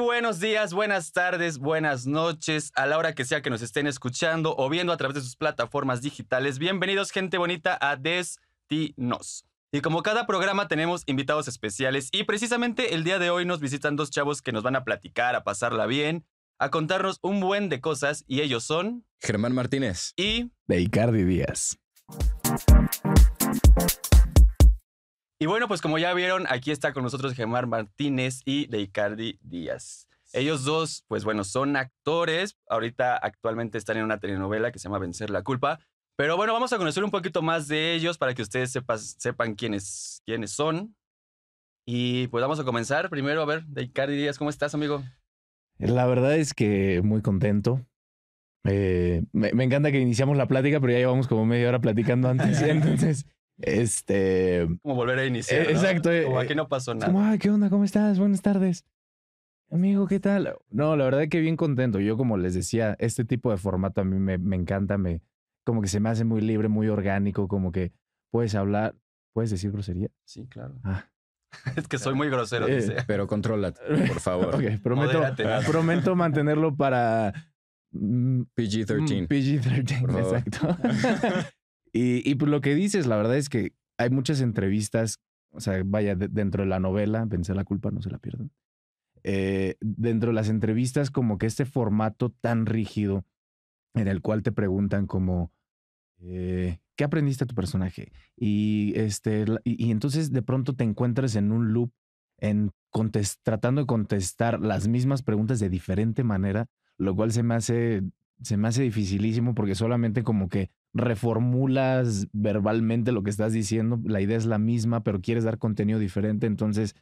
Buenos días, buenas tardes, buenas noches, a la hora que sea que nos estén escuchando o viendo a través de sus plataformas digitales. Bienvenidos, gente bonita, a Destinos. Y como cada programa tenemos invitados especiales y precisamente el día de hoy nos visitan dos chavos que nos van a platicar, a pasarla bien, a contarnos un buen de cosas y ellos son Germán Martínez. y De Icardi Díaz. y bueno, pues como ya vieron, aquí está con nosotros Gemar Martínez y Deicardi Díaz. Ellos dos, pues bueno, son actores. Ahorita actualmente están en una telenovela que se llama Vencer la culpa. Pero bueno, vamos a conocer un poquito más de ellos para que ustedes sepas- sepan quiénes, quiénes son. Y pues vamos a comenzar. Primero, a ver, Deicardi Díaz, ¿cómo estás, amigo? La verdad es que muy contento. Eh, me, me encanta que iniciamos la plática, pero ya llevamos como media hora platicando antes. Entonces, este. Como volver a iniciar. Eh, ¿no? exacto, eh, Como eh, aquí no pasó es nada. como, "Ay, ¿qué onda? ¿Cómo estás? Buenas tardes. Amigo, ¿qué tal? No, la verdad que bien contento. Yo, como les decía, este tipo de formato a mí me, me encanta. Me, como que se me hace muy libre, muy orgánico, como que puedes hablar, puedes decir grosería. Sí, claro. Ah. Es que soy muy grosero, Eh, dice. Pero contrólate, por favor. Ok, prometo, Modérate, nada. prometo mantenerlo para mm, Mm, PG-13. PG-13, Por favor. exacto. y, y pues lo que dices, la verdad es que hay muchas entrevistas, o sea, vaya, de- dentro de la novela, Vencer la culpa, no se la pierdan. Eh, dentro de las entrevistas, como que este formato tan rígido en el cual te preguntan como, eh, ¿qué aprendiste a tu personaje? Y, este, la- y, y entonces de pronto te encuentras en un loop en contes- tratando de contestar las mismas preguntas de diferente manera, lo cual se me hace se me hace dificilísimo porque solamente como que reformulas verbalmente lo que estás diciendo, la idea es la misma, pero quieres dar contenido diferente, entonces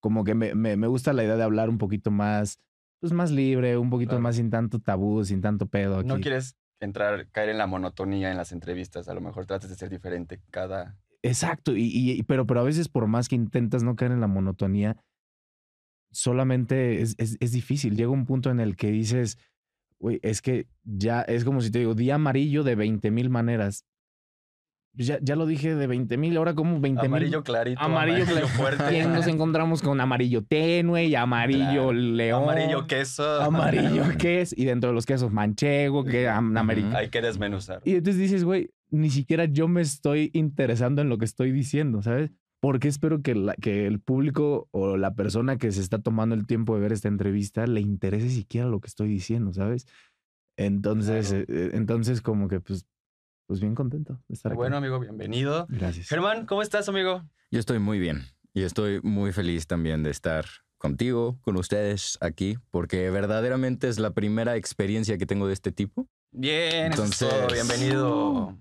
como que me, me- me gusta la idea de hablar un poquito más, pues más libre, un poquito Claro. más sin tanto tabú, sin tanto pedo. Aquí. No quieres entrar, caer en la monotonía en las entrevistas. A lo mejor trates de ser diferente cada. Exacto, y, y- y- pero, pero a veces por más que intentas no caer en la monotonía, solamente es, es- es difícil. Llega un punto en el que dices, güey, es que ya es como si te digo, día amarillo de 20 mil maneras. Pues Ya, ya lo dije de 20 mil, ahora como 20 mil. Amarillo clarito. Amarillo fuerte. Y ahí nos encontramos con amarillo tenue y amarillo Claro. león. Amarillo queso. Amarillo que es. Y dentro de los quesos manchego, que am- amarillo. Hay que desmenuzar. Y entonces dices, güey, ni siquiera yo me estoy interesando en lo que estoy diciendo, ¿sabes? Porque espero que, la- que el público o la persona que se está tomando el tiempo de ver esta entrevista le interese siquiera lo que estoy diciendo, ¿sabes? Entonces, Claro. eh, eh, entonces como que pues, pues bien contento de estar aquí. Bueno, amigo, bienvenido. gracias. Germán, ¿cómo estás, amigo? Yo estoy muy bien y estoy muy feliz también de estar contigo, con ustedes aquí, porque verdaderamente es la primera experiencia que tengo de este tipo. Bien, eso es Entonces- uh, todo, bienvenido.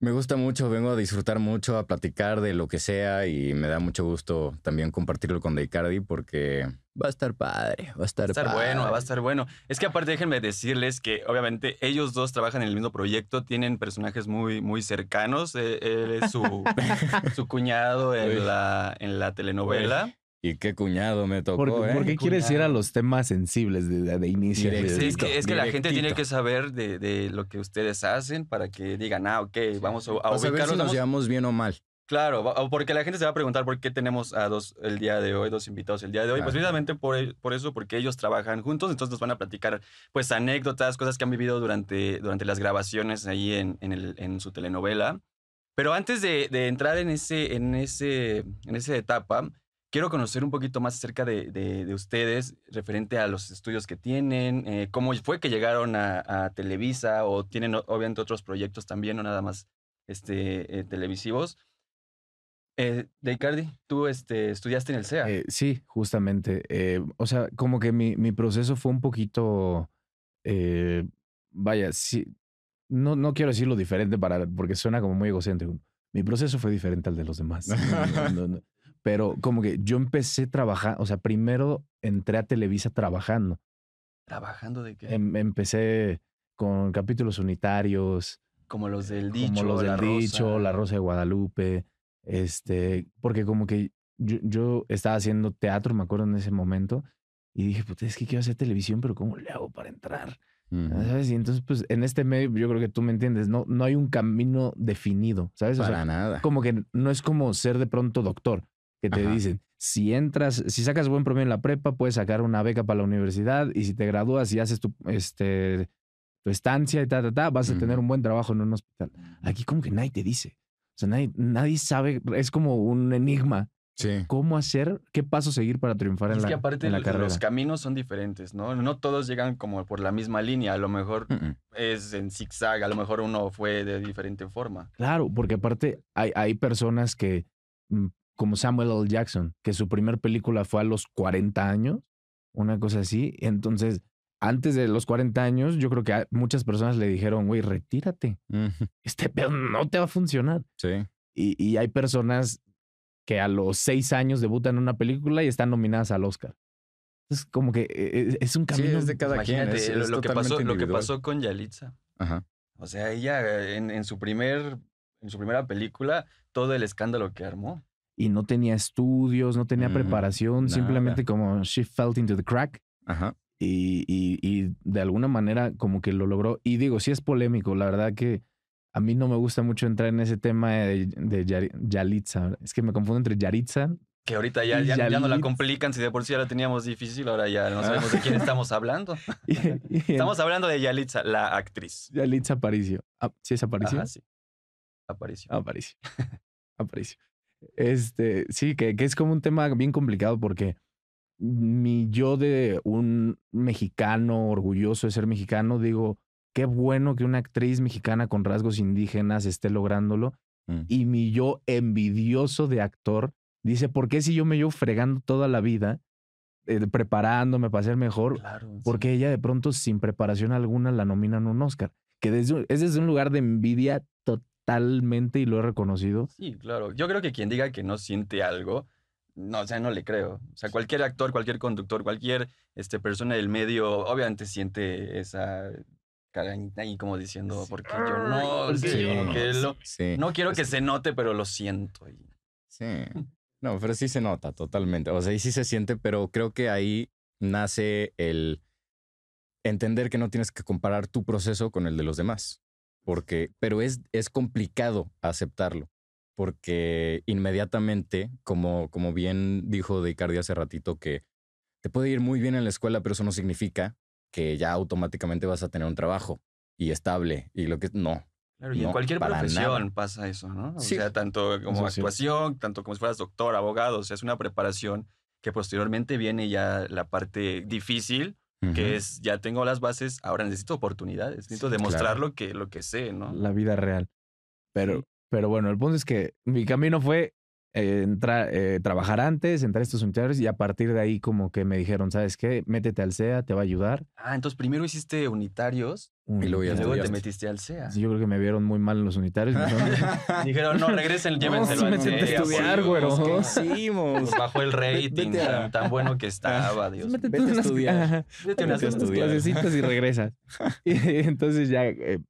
Me gusta mucho, vengo a disfrutar mucho, a platicar de lo que sea y me da mucho gusto también compartirlo con Deicardi porque va a estar padre, va a estar, Va a estar padre. bueno, va a estar bueno. Es que aparte déjenme decirles que obviamente ellos dos trabajan en el mismo proyecto, tienen personajes muy, muy cercanos. Eh, Él es su, su cuñado Uy. en la, en la telenovela. Y qué cuñado me tocó, ¿Por, ¿eh? por qué quieres ir a Cuñado. los temas sensibles de, de- de inicio? Directo. Sí, es que, es que la gente tiene directito. que saber de, de lo que ustedes hacen para que digan, ah, ok, vamos a, a Vamos a ver ubicarnos, si nos vamos- llevamos bien o mal. Claro, va- o porque la gente se va a preguntar por qué tenemos a dos el día de hoy, dos invitados el día de hoy. Pues Claro. precisamente por, el- por eso, porque ellos trabajan juntos, entonces nos van a platicar pues anécdotas, cosas que han vivido durante, durante las grabaciones ahí en, en, el- en su telenovela. Pero antes de, de entrar en, ese, en, ese, en esa etapa, quiero conocer un poquito más acerca de, de- de ustedes, referente a los estudios que tienen, eh, cómo fue que llegaron a, a Televisa o tienen o- obviamente otros proyectos también, no nada más este, eh, televisivos. Eh, Deicardi, tú este, estudiaste en el CEA. Eh, sí, justamente. eh, o sea, como que mi, mi proceso fue un poquito. eh, vaya, sí. No, no quiero decirlo diferente para, porque suena como muy egocéntrico. Mi proceso fue diferente al de los demás. No, no, no, no. Pero como que yo empecé a trabajar, o sea, primero entré a Televisa trabajando. ¿Trabajando de qué? Em- empecé con capítulos unitarios, como los del dicho, como los del la dicho, rosa. la rosa de Guadalupe, este, porque como que yo, yo estaba haciendo teatro, me acuerdo en ese momento, y dije, puta, es que quiero hacer televisión, pero ¿cómo le hago para entrar? ¿Sabes? Y entonces, pues, en este medio, yo creo que tú me entiendes, no, no hay un camino definido, ¿sabes? O Para sea, nada. como que no es como ser de pronto doctor, que te Ajá. dicen, si entras, si sacas buen promedio en la prepa, puedes sacar una beca para la universidad y si te gradúas y haces tu, este, tu estancia y ta, ta, ta, vas a Ujú. tener un buen trabajo en un hospital. Aquí como que nadie te dice. O sea, nadie, nadie sabe, es como un enigma. Sí. ¿Cómo hacer? ¿Qué paso seguir para triunfar en Es la, que aparte en la los- carrera? los caminos son diferentes, ¿no? No todos llegan como por la misma línea. A lo mejor Mm-mm. es en zigzag, a lo mejor uno fue de diferente forma. Claro, porque aparte hay, hay personas que, mm, como Samuel L. Jackson, que su primer película fue a los 40 años, una cosa así. Entonces, antes de los 40 años, yo creo que a muchas personas le dijeron, güey, retírate, Ujú. este pedo no te va a funcionar. mm. Sí. Y, y hay personas que a los 6 años debutan en una película y están nominadas al Oscar. Es como que eh, eh, es un Sí, camino. es de cada quien. Imagínate Es, lo, es lo que pasó, totalmente lo que individual. pasó con Yalitza. Ajá. O sea, ella en, en su primer, en su primera película, todo el escándalo que armó. Y no tenía estudios, no tenía Mm, preparación, nada. simplemente como she felt into the crack. Ajá. y, y- y de alguna manera como que lo logró. Y digo, sí es polémico, la verdad que a mí no me gusta mucho entrar en ese tema de, de Yari- Yalitza. Es que me confundo entre Yaritza. Que ahorita ya, Y ya, ya no la Yalitza. complican, si de por sí ya la teníamos difícil, ahora ya no sabemos de Ah. quién estamos hablando. y- y- Estamos hablando de Yalitza, la actriz. Yalitza Aparicio. Ah, ¿Sí es Aparicio? Ajá, sí. Aparicio. Ah, Aparicio. Aparicio. Este, sí, que, que es como un tema bien complicado porque mi yo de un mexicano orgulloso de ser mexicano, digo, qué bueno que una actriz mexicana con rasgos indígenas esté lográndolo. Mm. y mi yo envidioso de actor dice, ¿por qué si yo me llevo fregando toda la vida, eh, preparándome para ser mejor? Claro. sí. Porque ella de pronto sin preparación alguna la nominan a un Oscar, que desde, es desde un lugar de envidia totalmente y lo he reconocido. Sí, claro. Yo creo que quien diga que no siente algo, no, o sea, no le creo. O sea, cualquier actor, cualquier conductor, cualquier este, persona del medio, obviamente siente esa carañita ahí como diciendo, porque yo no, porque sí, yo no". que lo- Sí. no quiero que se note, pero lo siento. Y- Sí. No, pero sí se nota totalmente. O sea, y sí se siente, pero creo que ahí nace el entender que no tienes que comparar tu proceso con el de los demás. Porque, pero es, es complicado aceptarlo. Porque inmediatamente, como, como bien dijo de Icardi hace ratito, que te puede ir muy bien en la escuela, pero eso no significa que ya automáticamente vas a tener un trabajo y estable y lo que no. Claro, y en No, cualquier para profesión nada. pasa eso, ¿no? O Sí. sea, tanto como Eso sí. actuación, tanto como si fueras doctor, abogado, o sea, es una preparación que posteriormente viene ya la parte difícil, que Ujú. es ya tengo las bases, ahora necesito oportunidades, necesito Sí, demostrar claro. lo que lo que sé, Ah. ¿no? la vida real. Pero, Sí. pero bueno, el punto es que mi camino fue eh, entrar, eh, trabajar antes, entrar a estos unitarios y a partir de ahí como que me dijeron, ¿sabes qué? Métete al SEA, te va a ayudar. Ah, entonces primero hiciste unitarios Y luego ya y Unitarios. luego te estudiaste. metiste al SEA. Sí, yo creo que me vieron muy mal en los unitarios. me dijeron, Dijeron, no, regresen, llévenselo sí al me senté a SEA, por estudiar, Dios, güero. que- hicimos? pues bajó el rating Vete a- tan, tan bueno que estaba, Dios. mío. Vete a unas- estudiar. ajá, Vete unas- vete a unas estudiar. clasecitas y regresas. y entonces ya eh,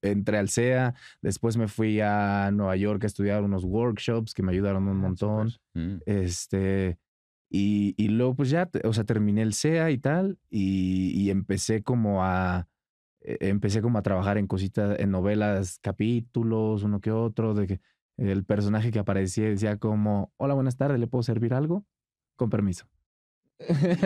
entré al SEA, después me fui a Nueva York a estudiar unos workshops que me ayudaron Ah, un montón. Mm. Este, y, y luego pues ya, te- o sea, terminé el SEA y tal, y, y empecé como a, eh, empecé como a trabajar en cositas, en novelas, capítulos, uno que otro, de que el personaje que aparecía decía como, hola, buenas tardes, ¿le puedo servir algo? Con permiso.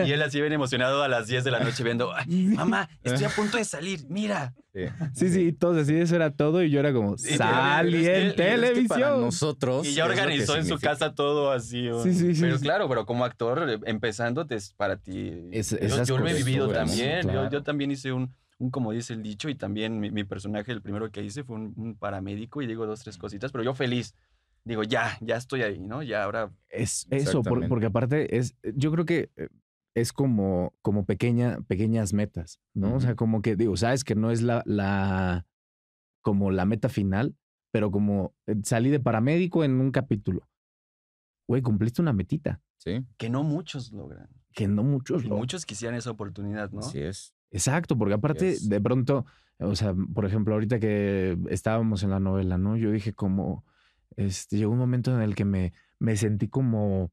Y él así bien emocionado a las 10 de la noche viendo, "Ay, mamá, estoy a punto de salir, mira. Sí, Sí, sí, todos así, eso era todo. Y yo era como, Sí, salí es que- es que para Es en eh, que para televisión. nosotros. Y ya es lo que organizó en su significa. casa todo así. o- Sí, sí, sí, Pero sí. claro, pero como actor, eh, empezando, te- es para ti. Es- yo- esas yo lo he cosas, vivido ¿no? también. Yo- Yo, Claro. también hice un, un, como dice el dicho, y también mi, mi personaje, el primero que hice fue un, un paramédico, y digo dos, tres cositas, pero yo feliz. Digo, ya, ya estoy ahí, ¿no? Ya ahora. Es eso, por- Exactamente. porque aparte es, yo creo que eh, es como, como pequeña, pequeñas metas, ¿no? O sea, Ujú. como que digo, sabes que no es la, la, como la meta final, pero como eh, salí de paramédico en un capítulo. Güey, cumpliste una metita Sí, Que no muchos logran. que no muchos que lo- Muchos quisieran esa oportunidad, ¿no? así es. Exacto, porque aparte es. de pronto, o sea, por ejemplo, ahorita que estábamos en la novela, ¿no? Yo dije como, este, llegó un momento en el que me, me sentí como,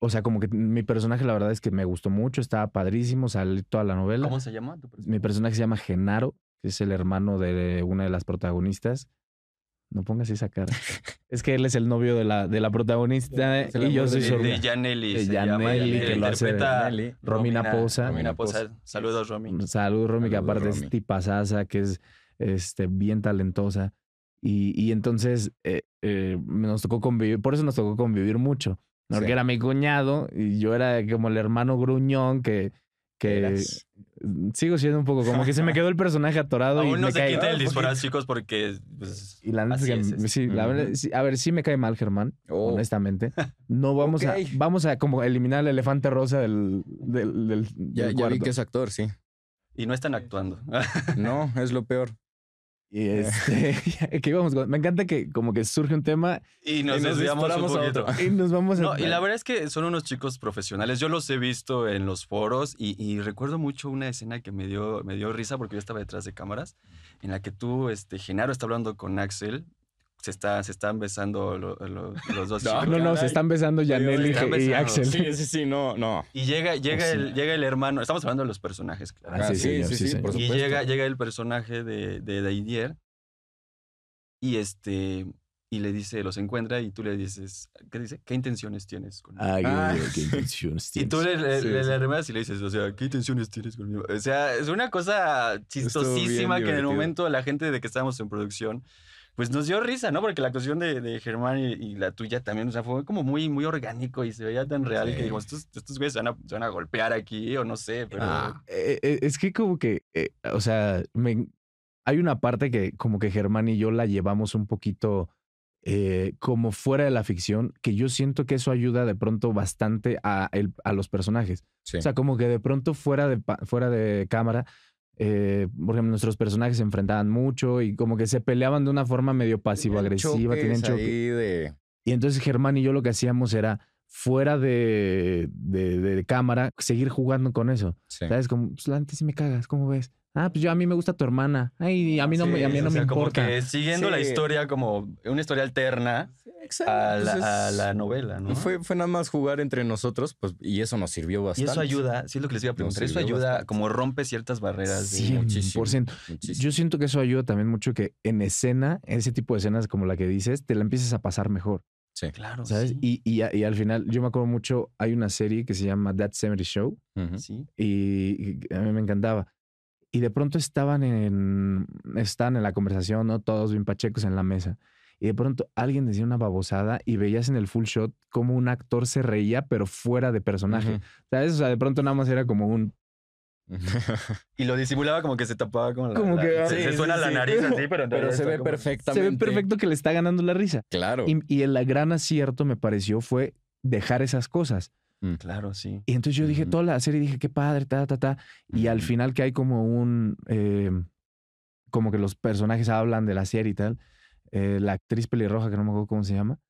o sea, como que mi personaje la verdad es que me gustó mucho, estaba padrísimo, salí toda la novela. ¿Cómo se llama? tu personaje? Mi personaje se llama Genaro, que es el hermano de una de las protagonistas. No pongas esa cara. Es que él es el novio de la, de la protagonista Es el y yo amor soy de- su de de hermano. Janelli. de se llama, Janelli, la que lo hace interpreta Nelly. Romina Poza. Romina Romina Poza. Saludos, Romy. Salud, Romy, que Saludos, aparte es Romy. tipazaza, que es este, bien talentosa. Y, y entonces eh, eh, nos tocó convivir, por eso nos tocó convivir mucho. ¿no? Sí. Porque era mi cuñado y yo era como el hermano gruñón que, que Eras. sigo siendo un poco como que se me quedó el personaje atorado y Aún no me se cae- quita el Ah, disfraz, chicos, porque pues, Y la neta es Así que es, es. sí, la Ujú. verdad, sí, a ver, sí me cae mal Germán, Oh. honestamente. No vamos Ok. a vamos a como eliminar el elefante rosa del del, del- Ya, del ya vi cuarto. que es actor, sí. y no están actuando. No, es lo peor. Y este, Eh, que íbamos con- me encanta que como que surge un tema y nos, Y nos desviamos un disparamos a poquito. otro. y nos vamos a No, y la verdad es que son unos chicos profesionales. Yo los he visto en los foros y, y recuerdo mucho una escena que me dio, me dio risa porque yo estaba detrás de cámaras, en la que tú, este, Genaro está hablando con Axel, se, está, se están besando lo- lo- los dos. No, chicos. No, no, se Caray. están besando Janelle se y, están y besando, Axel. Sí, sí, sí, no, no. Y llega, llega, Oh, sí. el, llega el hermano, estamos hablando de los personajes, claro. Ah, sí, señor, sí, señor. por y supuesto. llega, llega el personaje de, de Daidier y este y le dice, los encuentra y tú le dices, ¿qué dice? ¿Qué intenciones tienes con él? Ah. qué intenciones Y tú le, le, Sí, le- sí. le remedas y le dices, o sea, ¿qué intenciones tienes conmigo? O sea, es una cosa chistosísima que en el divertido. momento la gente de que estábamos en producción, pues nos dio risa, ¿no? Porque la actuación de, de Germán y, y la tuya también, o sea, fue como muy, muy orgánico y se veía tan real que Sí. digo, estos, estos güeyes se van, a, se van a golpear aquí o no sé, pero... Ah. Eh, es que como que, eh, o sea, me- hay una parte que como que Germán y yo la llevamos un poquito eh, como fuera de la ficción, que yo siento que eso ayuda de pronto bastante a, el- a los personajes. Sí. O sea, como que de pronto fuera de, pa- fuera de cámara, eh, por ejemplo, nuestros personajes se enfrentaban mucho y como que se peleaban de una forma medio pasivo-agresiva, tenían Choques choque. ahí de... Y entonces Germán y yo lo que hacíamos era, fuera de, de- de cámara, seguir jugando con eso. sí. ¿Sabes? Como, pues la neta sí me cagas, ¿cómo ves? Ah, pues yo a mí me gusta tu hermana. Ay, a mí no, me- a mí Sí, no o me sea, como importa. que siguiendo la Sí. historia como una historia alterna Exacto. a la, pues es- a la novela, ¿no? Fue, fue nada más jugar entre nosotros, pues, y eso nos sirvió y bastante. eso ayuda, sí es lo que les iba a preguntar, eso sirvió ayuda bastante. como rompe ciertas barreras. de- 100%. muchísimo, muchísimo. Yo siento que eso ayuda también mucho que en escena, ese tipo de escenas como la que dices, te la empiezas a pasar mejor. Claro, ¿Sabes? sí. Y, y a- y al final, yo me acuerdo mucho, hay una serie que se llama That 70 Show Ujú. Sí. y y a mí me encantaba. Y de pronto estaban en, estaban en la conversación, ¿no? Todos bien pachecos en la mesa. Y de pronto alguien decía una babosada y veías en el full shot cómo un actor se reía, pero fuera de personaje. Ujú. ¿Sabes? O sea, de pronto nada más era como un... Y lo disimulaba como que se tapaba con la. Como la- que- se, Sí, se sí, suena la sí. nariz así, pero, en realidad Pero se está ve como- Se perfectamente. ve perfecto que le está ganando la risa. Claro. Y, y el gran acierto, me pareció, fue dejar esas cosas. Claro, sí. Y entonces yo dije Ujú. toda la serie, dije, qué padre, ta, ta, ta. Y al Ujú. final que hay como un... eh, como que los personajes hablan de la serie y tal. eh, la actriz pelirroja, que no me acuerdo cómo se llama,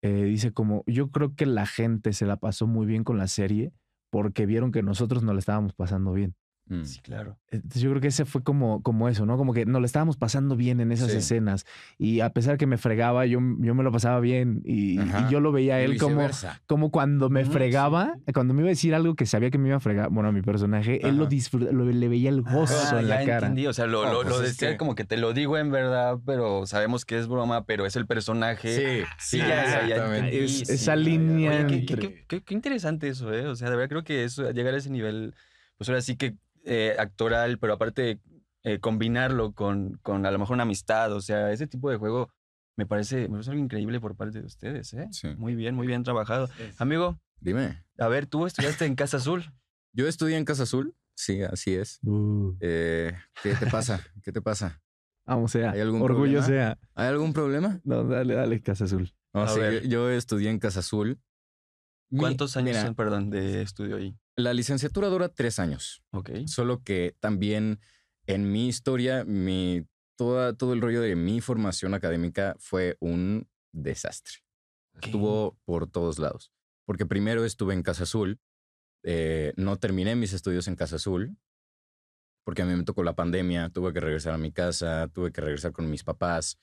eh, dice como, yo creo que la gente se la pasó muy bien con la serie porque vieron que nosotros no la estábamos pasando bien. Mm. Sí, claro. Entonces yo creo que ese fue como, como eso, ¿no? Como que nos la estábamos pasando bien en esas Sí. escenas. Y a pesar que me fregaba, yo, yo me lo pasaba bien. Y, y Ajá. yo lo veía a Y él como, viceversa. como cuando me Ujú, fregaba, Ah, sí. cuando me iba a decir algo que sabía que me iba a fregar, bueno, a mi personaje, él lo Ajá. disfrutó, le veía el gozo Ah, en ya la cara. entendí. O sea, lo, No, lo, pues lo es decía que- como que te lo digo en verdad, pero sabemos que es broma, pero es el personaje. Sí, sí, ya, ya, ya exactamente. entendí, Es- ya, ya. esa línea Oye, qué- qué, entre- qué- qué- qué interesante eso, ¿eh? O sea, de verdad creo que eso, llegar a ese nivel, pues ahora sí que eh, actoral, pero aparte eh, combinarlo con, con a lo mejor una amistad, o sea, ese tipo de juego me parece, me parece algo increíble por parte de ustedes, ¿eh? Sí. Muy bien, muy bien trabajado. Amigo, Dime. a ver, tú estudiaste en Casa Azul. Yo estudié en Casa Azul. Sí, así es. Uh, Eh, ¿Qué te pasa? ¿Qué te pasa? vamos, sea, ¿Hay algún orgullo problema? sea. ¿Hay algún problema? No, dale, dale, Casa Azul. No, A sí, ver. yo, yo estudié en Casa Azul. Mi- ¿Cuántos años, mira, son, perdón, de estudio ahí? La licenciatura dura tres años. Ok. Solo que también en mi historia, mi, toda, todo el rollo de mi formación académica fue un desastre. Ok. Estuvo por todos lados. Porque primero estuve en Casa Azul. eh, no terminé mis estudios en Casa Azul. Porque a mí me tocó la pandemia. Tuve que regresar a mi casa. Tuve que regresar con mis papás.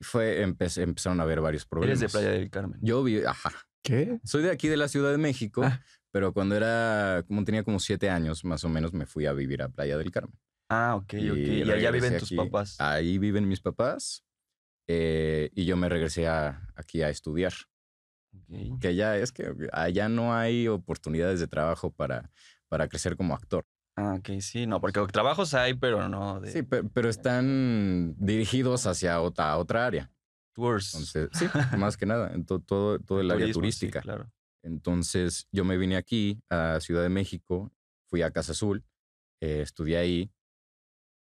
Fue, empe- empezaron a haber varios problemas. Eres de Playa del Carmen. Yo vi, ajá, ¿Qué? soy de aquí, de la Ciudad de México, Ah. pero cuando era, como tenía como siete años, más o menos, me fui a vivir a Playa del Carmen. Ah, ok, ok. Y, allá regresé viven tus aquí. Ah. papás. Ahí viven mis papás. eh, y yo me regresé a- aquí a estudiar. Ok. Que allá es que allá no hay oportunidades de trabajo para, para crecer como actor. Ah, ok, sí, no, porque trabajos hay, pero no de Sí, pe- pero, están dirigidos hacia otra, a otra área. tours. Entonces, sí, más que nada, en to- todo, todo el área turismo, sí, turística. claro. Entonces yo me vine aquí a Ciudad de México, fui a Casa Azul, eh, estudié ahí.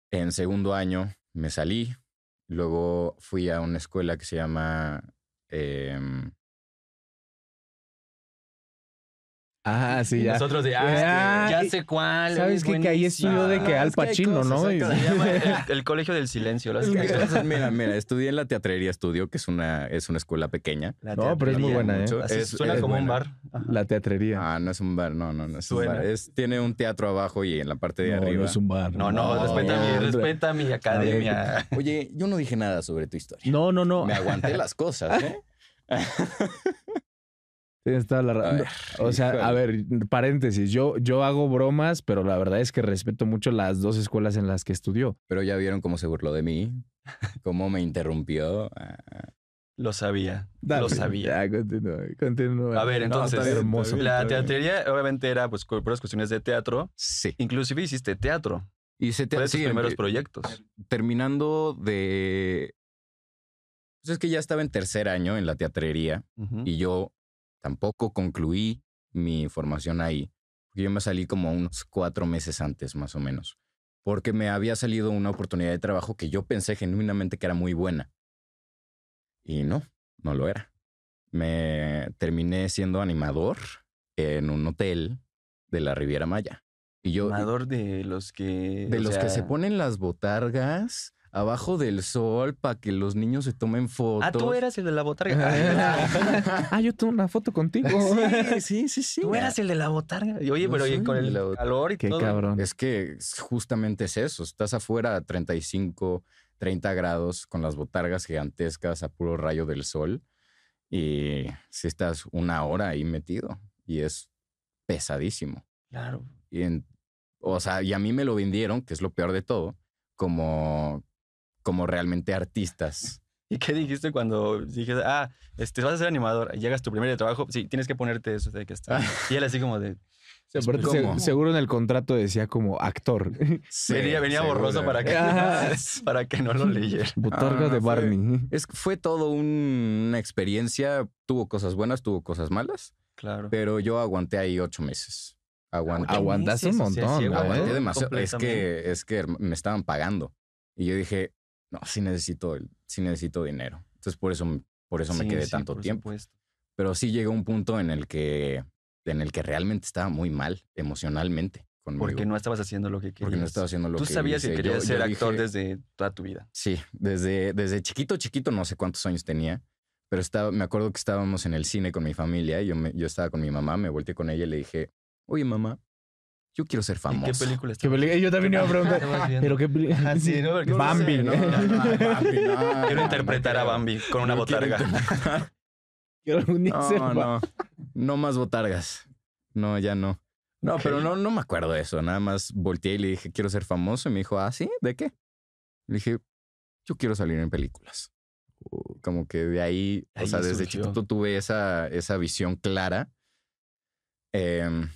En segundo año me salí, luego fui a una escuela que se llama... em, Ah, sí, ya. Nosotros de, Ah, ah, este, y- ya sé cuál. ¿Sabes que qué? Que ahí estudió de que Ah, Al es que hay Pacino, ¿no? cosas, Y- Se llama el, el Colegio del Silencio. las que- Entonces, mira, mira, estudié en la Teatrería Estudio, que es una, es una escuela pequeña. La No, pero es muy teatrería. buena, ¿eh? Mucho. Así Es- suena es como un buena. bar. Ajá. La teatrería. Ah, no es un bar, no, no, no es un Suena. bar. Es- tiene un teatro abajo y en la parte de no, arriba. no es un bar. No, no, No, respeta, no, mi, no. respeta mi academia. Oye, yo no dije nada sobre tu historia. No, no, no. Me aguanté las cosas, ¿eh? Tienes toda la A ra- ver, O sea, a híjole. ver, paréntesis. Yo, yo hago bromas, pero la verdad es que respeto mucho las dos escuelas en las que estudió. Pero ya vieron cómo se burló de mí, cómo me interrumpió. Ah, Lo sabía, Dale. lo sabía. Ya, continúa, continúa. A ver, No, entonces, está bien, hermoso. la teatrería obviamente era pues cu- puras cuestiones de teatro. sí. Inclusive hiciste teatro. Y se te Fue de tus sí, primeros eh, proyectos. terminando de. Pues es que ya estaba en tercer año en la teatrería Ujú. y yo tampoco concluí mi formación ahí. Porque yo me salí como unos cuatro meses antes, más o menos. Porque me había salido una oportunidad de trabajo que yo pensé genuinamente que era muy buena. Y no, no lo era. Me terminé siendo animador en un hotel de la Riviera Maya. Y yo, Amador de los que... de o los sea, que se ponen las botargas abajo del sol para que los niños se tomen fotos. Ah, tú eras el de la botarga. ah, yo tengo una foto contigo. Sí, sí, sí. tú eras el de la botarga. Y, oye, Yo pero oye, soy con el de la el botarga. calor y Qué todo. cabrón. Es que es- justamente es eso. Estás afuera a 35, 30 grados con las botargas gigantescas a puro rayo del sol. Y si estás una hora ahí metido y es pesadísimo. Claro. Y en- o sea, y a mí me lo vendieron, que es lo peor de todo, como, como realmente artistas. ¿Y qué dijiste cuando dijiste, ah, este, vas a ser animador, llegas tu primer trabajo? Sí, tienes que ponerte eso de que está. Y él así como de... Sí, aparte, ¿Cómo? se- seguro en el contrato decía como actor. Sí, venía venía seguro. borroso para que, Ah. para que no lo leyera. Botarga Ah, fue- de Barney. Es que fue todo un- una experiencia. Tuvo cosas buenas, tuvo cosas malas, Claro. pero yo aguanté ahí ocho meses. Aguanté, Aguanté Aguantaste un montón, ¿no? aguanté ¿eh? demasiado. Es completamente. que, es que me estaban pagando. Y yo dije, no, sí necesito, el- sí necesito dinero. Entonces por eso, por eso me Sí, quedé sí, tanto por tiempo. supuesto. Pero sí llegó un punto en el que, en el que realmente estaba muy mal emocionalmente conmigo. Porque no estabas haciendo lo que querías. porque no estaba haciendo lo Tú que sabías que hice. Yo- querías yo ser actor dije- desde toda tu vida. Sí, desde, desde chiquito, chiquito, no sé cuántos años tenía, pero estaba, me acuerdo que estábamos en el cine con mi familia. y Yo, me- yo estaba con mi mamá, me volteé con ella y le dije, oye, mamá, yo quiero ser ¿En famoso. qué película Qué estabas? peli- Yo también iba a preguntar. Estabas viendo. Pero qué peli- Ajá, Ah, sí, ¿no? Porque- Bambi. No sé, No, no, no, no, Bambi, no, Quiero no, interpretar a no Bambi con una Yo quiero botarga. interpretar- Quiero algún día ser No, Bambi. no, no más botargas. No, ya no. No, Ok. pero no, no me acuerdo de eso. Nada más volteé y le dije, quiero ser famoso. Y me dijo, ah, ¿sí? ¿De qué? Le dije, yo quiero salir en películas. Como que de ahí, Ahí o sea, desde surgió. chiquito tuve esa, esa visión clara. Em,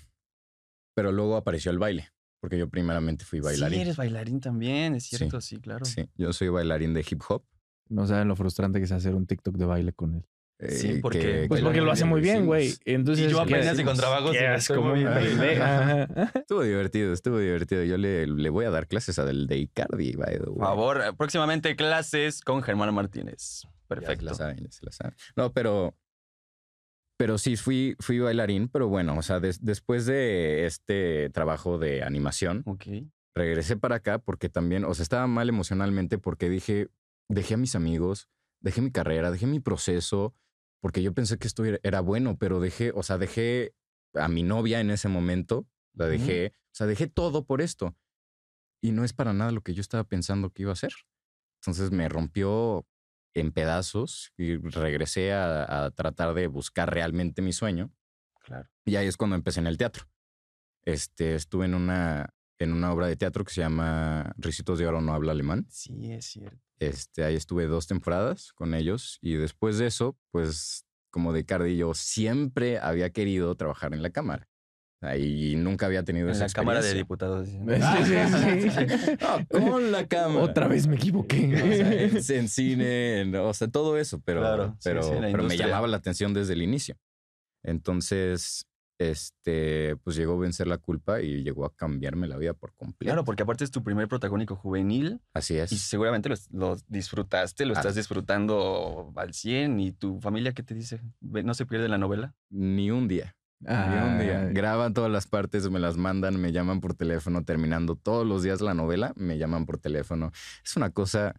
pero luego apareció el baile, porque yo primeramente fui bailarín. Sí, eres bailarín también, es Sí, cierto, sí, claro. Sí, yo soy bailarín de hip hop. No saben lo frustrante que es hacer un TikTok de baile con él. Sí, eh, ¿por que- qué? que Pues porque lo hace muy bien, güey. hicimos. Entonces, Y yo ¿qué? apenas y con trabajos ¿Qué y me es? estoy Como moviendo. una idea. Estuvo divertido, estuvo divertido. Yo le, le voy a dar clases a del de Icardi, by the way. Por favor, eh, próximamente clases con Germán Martínez. Ya Perfecto. se la saben, ya se la saben. No, pero. Pero sí, fui, fui bailarín, pero bueno, o sea, des- después de este trabajo de animación, Ok. regresé para acá porque también, o sea, estaba mal emocionalmente porque dije, dejé a mis amigos, dejé mi carrera, dejé mi proceso, porque yo pensé que esto era- era bueno, pero dejé, o sea, dejé a mi novia en ese momento, la Ujú. dejé, o sea, dejé todo por esto. Y no es para nada lo que yo estaba pensando que iba a hacer. Entonces me rompió en pedazos y regresé a, a tratar de buscar realmente mi sueño. Claro. Y ahí es cuando empecé en el teatro. Este, estuve en una, en una obra de teatro que se llama Ricitos de Oro no habla alemán. Sí, es cierto. Este, ahí estuve dos temporadas con ellos y después de eso, pues como de Cardi, yo siempre había querido trabajar en la cámara. Ahí nunca había tenido En esa la Cámara de experiencia. Diputados. dicen. Ah, sí, sí, sí. No, con la cámara. Otra vez me O sea, equivoqué. en, en cine, en- o sea, todo eso, pero, Claro, sí, pero, sí, la pero me industria. llamaba la atención desde el inicio. Entonces, este, pues llegó a vencer la culpa y llegó a cambiarme la vida por completo. Claro, porque aparte es tu primer protagónico juvenil Así es. y seguramente lo, lo disfrutaste, lo Ah. estás disfrutando al 100 y tu familia, ¿qué te dice? Ve, ¿No se pierde la novela? Ni un día. ni un día. Graban todas las partes, me las mandan, me llaman por teléfono, terminando todos los días la novela, me llaman por teléfono. Es una cosa,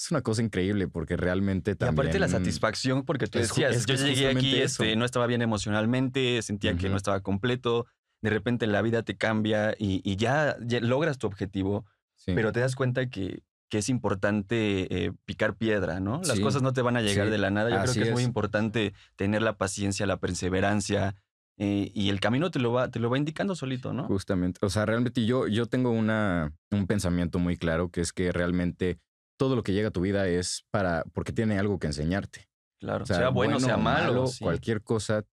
es una cosa increíble porque realmente Y también. aparte la satisfacción, porque tú es ju- decías, es que yo es llegué aquí, justamente eso. este, no estaba bien emocionalmente, sentía que Ujú. no estaba completo, de repente la vida te cambia y, y ya, ya logras tu objetivo, Sí. pero te das cuenta que, que es importante eh, picar piedra, ¿no? Las Sí, cosas no te van a llegar sí, de la nada, yo creo así que es, muy es. importante tener la paciencia, la perseverancia eh, y el camino te lo, va, te lo va indicando solito, ¿no? Justamente. O sea, realmente yo, yo tengo una, un pensamiento muy claro que es que realmente todo lo que llega a tu vida es para, porque tiene algo que enseñarte. Claro, O sea, sea bueno, sea o malo, sí. cualquier cosa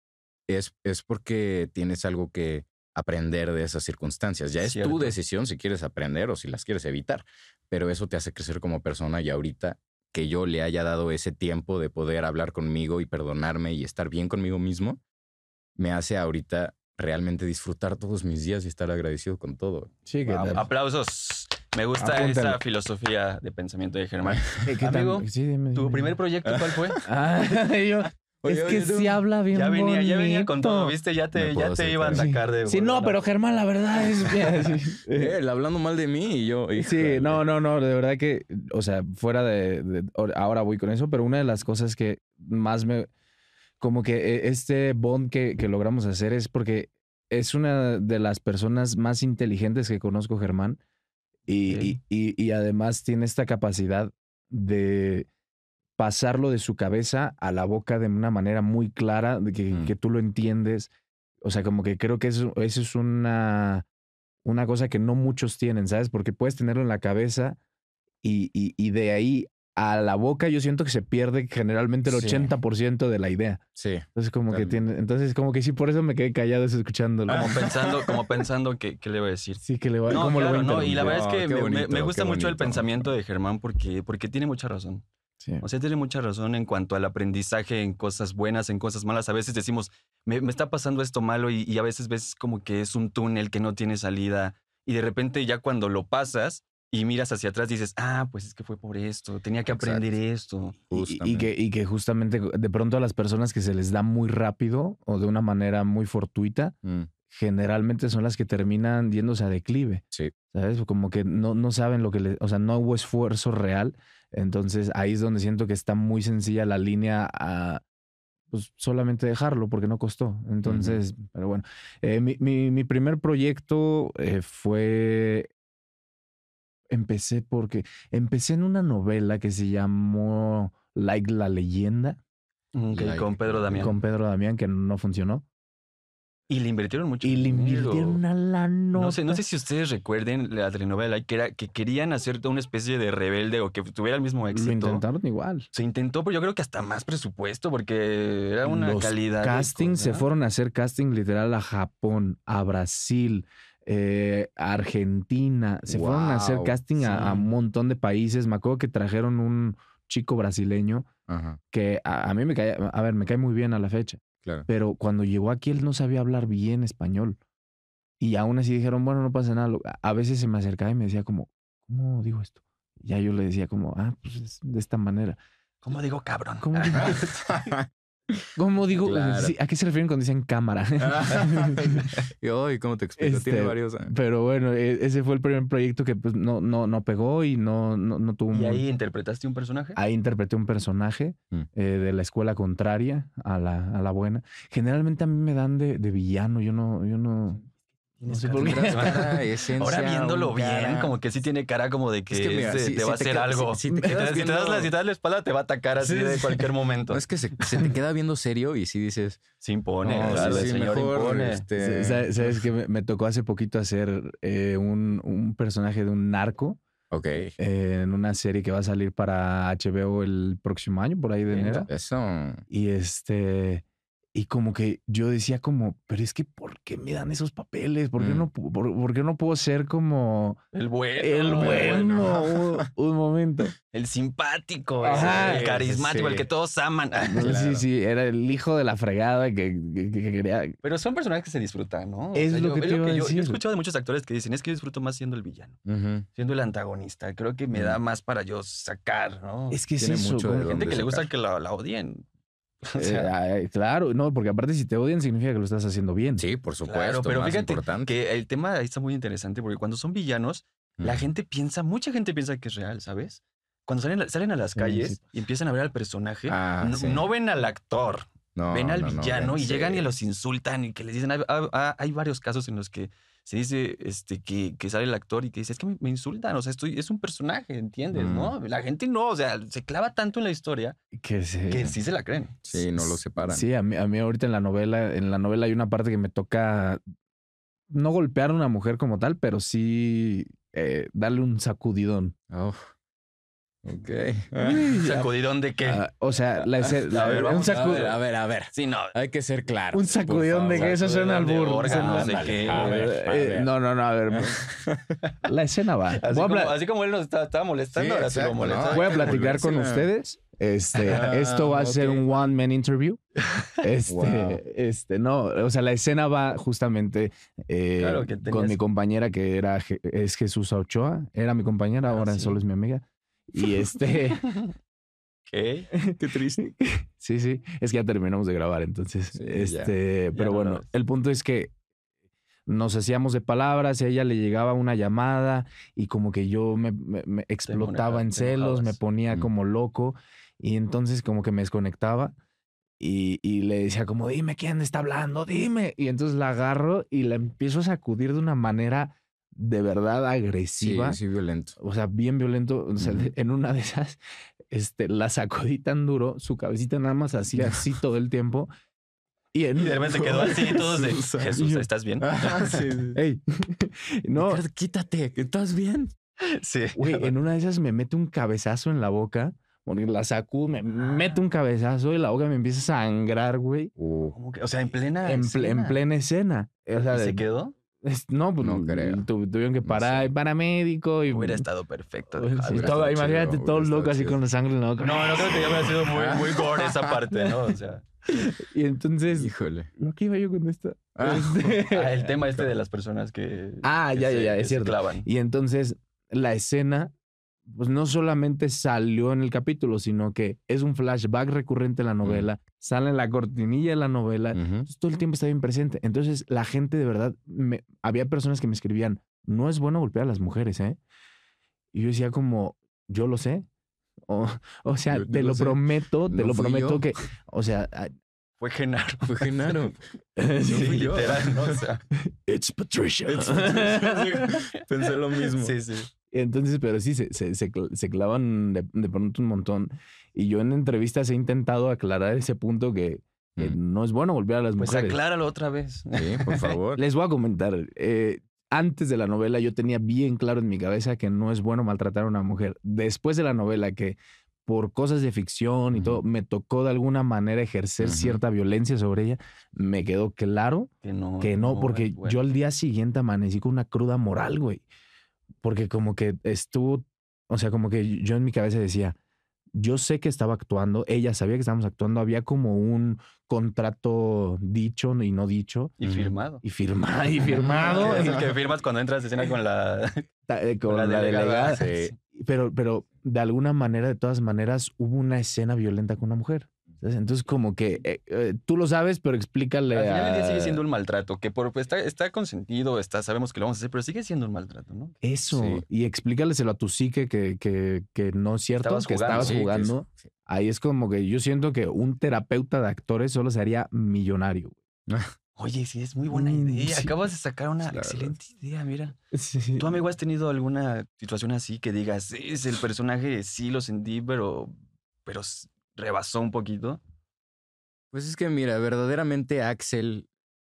es, es porque tienes algo que aprender de esas circunstancias. Ya es Cierto. tu decisión si quieres aprender o si las quieres evitar, pero eso te hace crecer como persona y ahorita que yo le haya dado ese tiempo de poder hablar conmigo y perdonarme y estar bien conmigo mismo, me hace ahorita realmente disfrutar todos mis días y estar agradecido con todo. Sí, que Wow, tal. aplausos. Me gusta Apúntale. esa filosofía de pensamiento de Germán. Eh, ¿qué tal? Amigo, Sí, dime, ¿Tu dime. primer proyecto cuál fue? Ah, yo, es que sí habla bien. Ya venía, ya venía con todo, bonito. ¿viste? Ya te, Me ya puedo te acercar. iban a Sí. sacar de. Sí, no, volada. pero Germán, la verdad es. Eh, Él hablando mal de mí y yo. Sí, no, no, no, de verdad que, o sea, fuera de, de- ahora voy con eso, pero una de las cosas que más me, como que eh, este bond que, que logramos hacer es porque es una de las personas más inteligentes que conozco, Germán, y, Ok. y- y- y además tiene esta capacidad de pasarlo de su cabeza a la boca de una manera muy clara, de que, Mm. que tú lo entiendes. O sea, como que creo que eso, eso es una una cosa que no muchos tienen, ¿sabes? Porque puedes tenerlo en la cabeza y, y- y de ahí a la boca yo siento que se pierde generalmente el Sí. 80% de la idea. Sí, Entonces como que Totalmente. tiene, entonces como que sí, por eso me quedé callado es escuchándolo. Como pensando, como pensando que, qué le iba a decir. Sí que le va, Ah, No, ¿cómo lo voy claro, a no, y la interrumpir? verdad es que Wow, qué me- me, bonito, me gusta qué mucho el bonito. pensamiento de Germán porque, porque tiene mucha razón. Sí. O sea, tiene mucha razón en cuanto al aprendizaje en cosas buenas, en cosas malas. A veces decimos, me, me está pasando esto malo y, y a veces ves como que es un túnel que no tiene salida y de repente ya cuando lo pasas y miras hacia atrás dices, ah, pues es que fue por esto, tenía que Exacto. aprender esto. Y- Y, justamente. que, y que justamente de pronto a las personas que se les da muy rápido o de una manera muy fortuita, Mm. generalmente son las que terminan yéndose a declive. Sí. ¿Sabes? Como que no, no saben lo que les. O sea, no hubo esfuerzo real. Entonces ahí es donde siento que está muy sencilla la línea a pues, solamente dejarlo porque no costó. Entonces, pero bueno. Eh, mi, mi- mi primer proyecto eh, fue. Empecé porque. Empecé en una novela que se llamó Like la leyenda Mm, Ok, Like- con Pedro Damián. con Pedro Damián, que no funcionó. Y le invirtieron mucho. Y le dinero. invirtieron una lana. No sé, no sé si ustedes recuerden la telenovela que era que querían hacer una especie de rebelde o que tuviera el mismo éxito. Lo intentaron igual. Se intentó, pero yo creo que hasta más presupuesto porque era una Los calidad. de Castings se cosa. fueron a hacer casting literal a Japón, a Brasil, eh, a Argentina. Se fueron a hacer Guau, casting a, a sí. un montón de países. Me acuerdo que trajeron un chico brasileño Ajá, que a, a mí me cae, a ver, me cae muy bien a la fecha. claro. Pero cuando llegó aquí él no sabía hablar bien español. Y aún así dijeron, bueno, no pasa nada. Lo- a- A veces se me acercaba y me decía como, ¿cómo digo esto? Ya yo le decía como, ah, pues es de esta manera. ¿Cómo digo cabrón? ¿Cómo digo? ¿Cómo digo? Claro. Sí, ¿A qué se refieren cuando dicen cámara? y hoy, ¿cómo te explico? Tiene Este, varios. ah, Pero bueno, e- ese fue el primer proyecto que pues, no, no, no pegó y no, no, no tuvo ¿Y muy- ahí interpretaste un personaje? Ah, Ahí interpreté un personaje Mm. eh, de la escuela contraria a la, a la buena. Generalmente a mí me dan de, de villano, yo no, yo no. No Es sé por qué. Cassandra Sara, esencia, Ahora viéndolo un bien, cara. como que sí tiene cara como de que, Es que mira, este si- te si va a te hacer quedas- algo. si- si Si te te- quedas si te das la, viendo- si te das la espalda, te va a atacar así Sí, de sí. cualquier momento. No, es que se, se te queda viendo serio y si dices, Se impone, no, claro, sí, el sí, señor mejor, impone. este, Sa- ¿Sabes que Me, me tocó hace poquito hacer eh, un, un personaje de un narco ok, eh, en una serie que va a salir para HBO el próximo año, por ahí de enero. eso, Y este. Y como que yo decía como, pero es que ¿por qué me dan esos papeles? ¿Por qué, Mm. no, pu- por, por qué no puedo ser como El bueno. el bueno un, un momento? El simpático, Ajá, el carismático, sí. el que todos aman. Sí, Claro. sí, era el hijo de la fregada que, que- que quería. Pero son personajes que se disfrutan, ¿no? O Es lo yo- que te iba a yo- yo, decir. he escuchado de muchos actores que dicen, es que yo disfruto más siendo el villano, ujú, siendo el antagonista. Creo que me da más para yo sacar, ¿no? Es que es Oh, Tiene eso, mucho como de que- gente que dónde le gusta sacar. que la, la odien. O Eh, sea, ay, claro, no, porque aparte si te odian significa que lo estás haciendo bien. sí, por supuesto, Claro, pero más fíjate importante. que el tema ahí está muy interesante porque cuando son villanos, la Ujú. gente piensa, mucha gente piensa que es real, ¿sabes? Cuando salen, salen a las Sí, calles sí. y empiezan a ver al personaje, Ah, no, sí. no ven al actor, No, ven al no, no, villano ven, y llegan sí. y los insultan y que les dicen, "Ah, ah, ah", hay varios casos en los que se dice este, que, que sale el actor y que dice, es que me, me insultan, o sea, estoy, es un personaje, ¿entiendes? Mm. ¿No? La gente no, o sea, se clava tanto en la historia Que se- que sí se la creen. Sí, no lo separan. Sí, a mí, a mí ahorita en la novela, en la novela hay una parte que me toca no golpear a una mujer como tal, pero sí eh, darle un sacudidón. Oh, ok. ¿Sacudidón de qué? Ah, o sea, la escena- A ver, un vamos sacu- ver, a ver, Eh, a ver. sí, no. Hay que ser claro. Un sacudidón de que eso suena al burro. órgano, no suena- sé qué. A Eh, ver, a eh, ver. no, no, no, a ver. la escena va. Así Voy a, como, pla- así como él nos estaba, estaba molestando, Sí, ahora sí exacto, lo molesta. ¿no? voy a hay que platicar con volvérsela. ustedes. Este, Ah, esto va a ser ok. un one man interview. Este, Wow. este, no, o sea, la escena va justamente eh, Claro que con tenías- mi compañera que era Je- es Jesús Ochoa, era mi compañera, Ah, ahora sí. solo es mi amiga. Y este, ¿Qué? Qué triste. sí, sí, es que ya terminamos de grabar, entonces, Sí, ya. este, Ya pero no bueno, lo ves. el punto es que nos hacíamos de palabras, a ella le llegaba una llamada y como que yo me, me- me explotaba en te celos, me enojabas. ponía Mm. como loco y entonces como que me desconectaba y, y le decía como, dime quién está hablando, dime. Y entonces la agarro y la empiezo a sacudir de una manera de verdad Sí, agresiva sí, violento. o sea, bien violento. O sea, Ujú. en una de esas, este, la sacudí tan duro, su cabecita nada más hacía así todo el tiempo. Y, en- Y de repente quedó así, todos de Jesús. Jesús, ¿estás bien? Ey, no, Ricardo, quítate, ¿estás bien? Sí. güey, en una de esas me mete un cabezazo en la boca. Bueno, y la sacudo, me mete un cabezazo y la boca me empieza a sangrar, güey. ¿Cómo que? O sea, en plena. En, ple- en Ah, escena. plena escena. O sea, ¿Y de- se quedó? es- no, pues No creo. tu- tuvieron que No parar sé. el paramédico y. Hubiera estado perfecto. Uy, sí, dejarlo. hubiera todo- estado imagínate chido, todo hubiera loco estado así chido. con la sangre en la boca. No, no creo que ya hubiera sido Ah. muy, muy gore esa parte, ¿no? O sea, Y entonces, Híjole. ¿Lo que iba yo con esto? Ah. Este- ah, el tema este de las personas que. Ah, que ya, ya, se- ya, que es se cierto. clavan. Y entonces la escena, pues no solamente salió en el capítulo, sino que es un flashback recurrente en Mm. la novela, sale en la cortinilla de la novela, Ujú. entonces, todo el tiempo está bien presente. Entonces la gente de verdad, me- había personas que me escribían, no es bueno golpear a las mujeres, ¿eh? Y yo decía como, yo lo sé. O, o sea, Yo- yo te lo lo, sé. prometo, te No lo fui prometo yo. que, o sea, ah, Fue Genaro. Fue Genaro. Sí, fui yo. literal, ¿no? O sea, it's Patricia. Pensé lo mismo. sí, sí. Entonces, pero sí, se, se- se cl- se clavan de, de pronto un montón. Y yo en entrevistas he intentado aclarar ese punto que, que Mm. no es bueno volver a las Pues mujeres. acláralo otra vez. Sí, por favor. Les voy a comentar. eh, antes de la novela yo tenía bien claro en mi cabeza que no es bueno maltratar a una mujer. Después de la novela que por cosas de ficción y Ujú. todo, me tocó de alguna manera ejercer Ujú. cierta violencia sobre ella, me quedó claro Que no. que no, porque es bueno. yo al día siguiente amanecí con una cruda moral, güey. Porque como que estuvo, o sea, como que yo en mi cabeza decía, yo sé que estaba actuando, ella sabía que estábamos actuando, había como un contrato dicho y no dicho Y firmado. y firmado y Que firmado Es el y que firmas cuando entras a escena con la, ta- eh, con con la delegada. Sí. Pero, pero de alguna manera, de todas maneras, hubo una escena violenta con una mujer. ¿sabes? Entonces, como que eh, eh, tú lo sabes, pero explícale. Al final del día sigue a- siendo un maltrato, que por, pues, está, está consentido, está, sabemos que lo vamos a hacer, pero sigue siendo un maltrato, ¿no? Eso, Sí. y explícaleselo a tu psique que, que, que no es cierto, Estabas que jugando. estabas Sí, que es- jugando. sí. Ahí es como que yo siento que un terapeuta de actores solo se haría millonario. Oye, sí, es muy buena Mm, idea. sí. Acabas de sacar una Sí, la verdad. excelente idea, mira. Sí. ¿Tú, amigo, has tenido alguna situación así que digas, es el personaje, sí lo sentí, pero, pero s- rebasó un poquito? Pues es que mira, verdaderamente Axel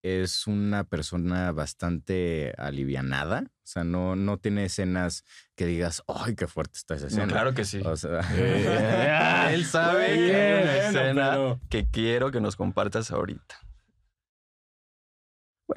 es una persona bastante alivianada. O sea, no, no tiene escenas que digas, ¡ay, qué fuerte está esa escena! No, claro que sí. O sea, Eh, Él sabe Bueno, que hay una bueno, escena pero- que quiero que nos compartas ahorita.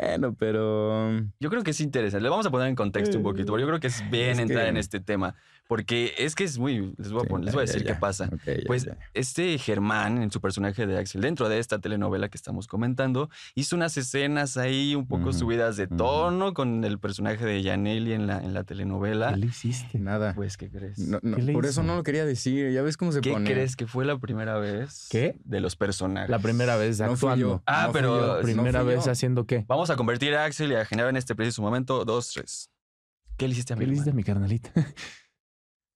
bueno, pero mm, Yo creo que es interesante. Le vamos a poner en contexto un poquito, porque yo creo que es bien Eh, Es entrar que- en este tema, porque es que es muy... Les voy a, Sí, poner- les ya, voy a ya, decir ya. qué pasa. ok, ya, Pues ya. este Germán, en su personaje de Axel, dentro de esta telenovela que estamos comentando, hizo unas escenas ahí un poco Ujú, subidas de ujú. tono con el personaje de Janelli en la, en la telenovela. ¿Qué le hiciste? nada. Pues, ¿qué crees? No, no, ¿qué le por hizo? eso no lo quería decir. Ya ves cómo se ¿Qué pone. crees que fue la primera vez ¿Qué? de los personajes? La primera vez No fui actuando. yo. Ah, no fui pero- yo, No no ¿Primera fui vez yo. haciendo qué? Vamos a convertir a Axel y a generar en este preciso momento dos, tres. ¿Qué le hiciste a mi ¿Qué le hiciste a hermano? mi carnalita?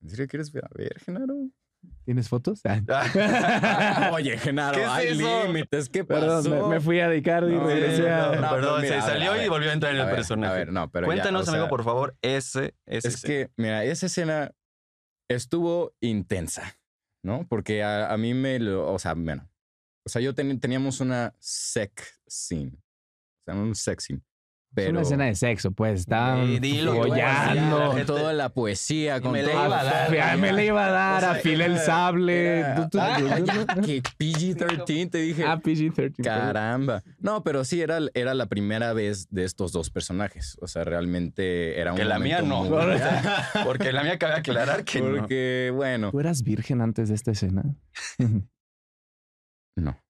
¿En serio quieres ver? A ver, Genaro. ¿Tienes fotos? Ah, Oye, Genaro, ¿Qué es hay eso? límites. ¿Qué pasó? Perdón, me, me fui a dedicar y No, regresé a... no, no, Perdón, se mira, a ver, salió a y ver, volvió a entrar en A el ver, personaje. A ver, no, pero ya, Cuéntanos, o sea, amigo, por favor, ese, ese. Es que, mira, esa escena estuvo intensa, ¿no? Porque a, a mí me lo, o sea, bueno, o sea, yo ten- teníamos una sex scene, o sea, un sex scene. Es Pero una escena de sexo, pues. Estaban Eh, dilo, Con follando. la- follando. con "Ah, toda la poesía, con Me la todo- iba a dar, Ay, Ah, Me le iba a dar, O sea, afilé el era- sable. era- Tú- tú- Ah, tú- ya, que PG-13, te dije. Ah, PG-13. perdón. Caramba. No, pero sí, era, era la primera vez de estos dos personajes. O sea, realmente era un Que la mía no. momento muy- Porque la mía cabe aclarar que no. Porque, bueno. ¿Tú eras virgen antes de esta escena? No.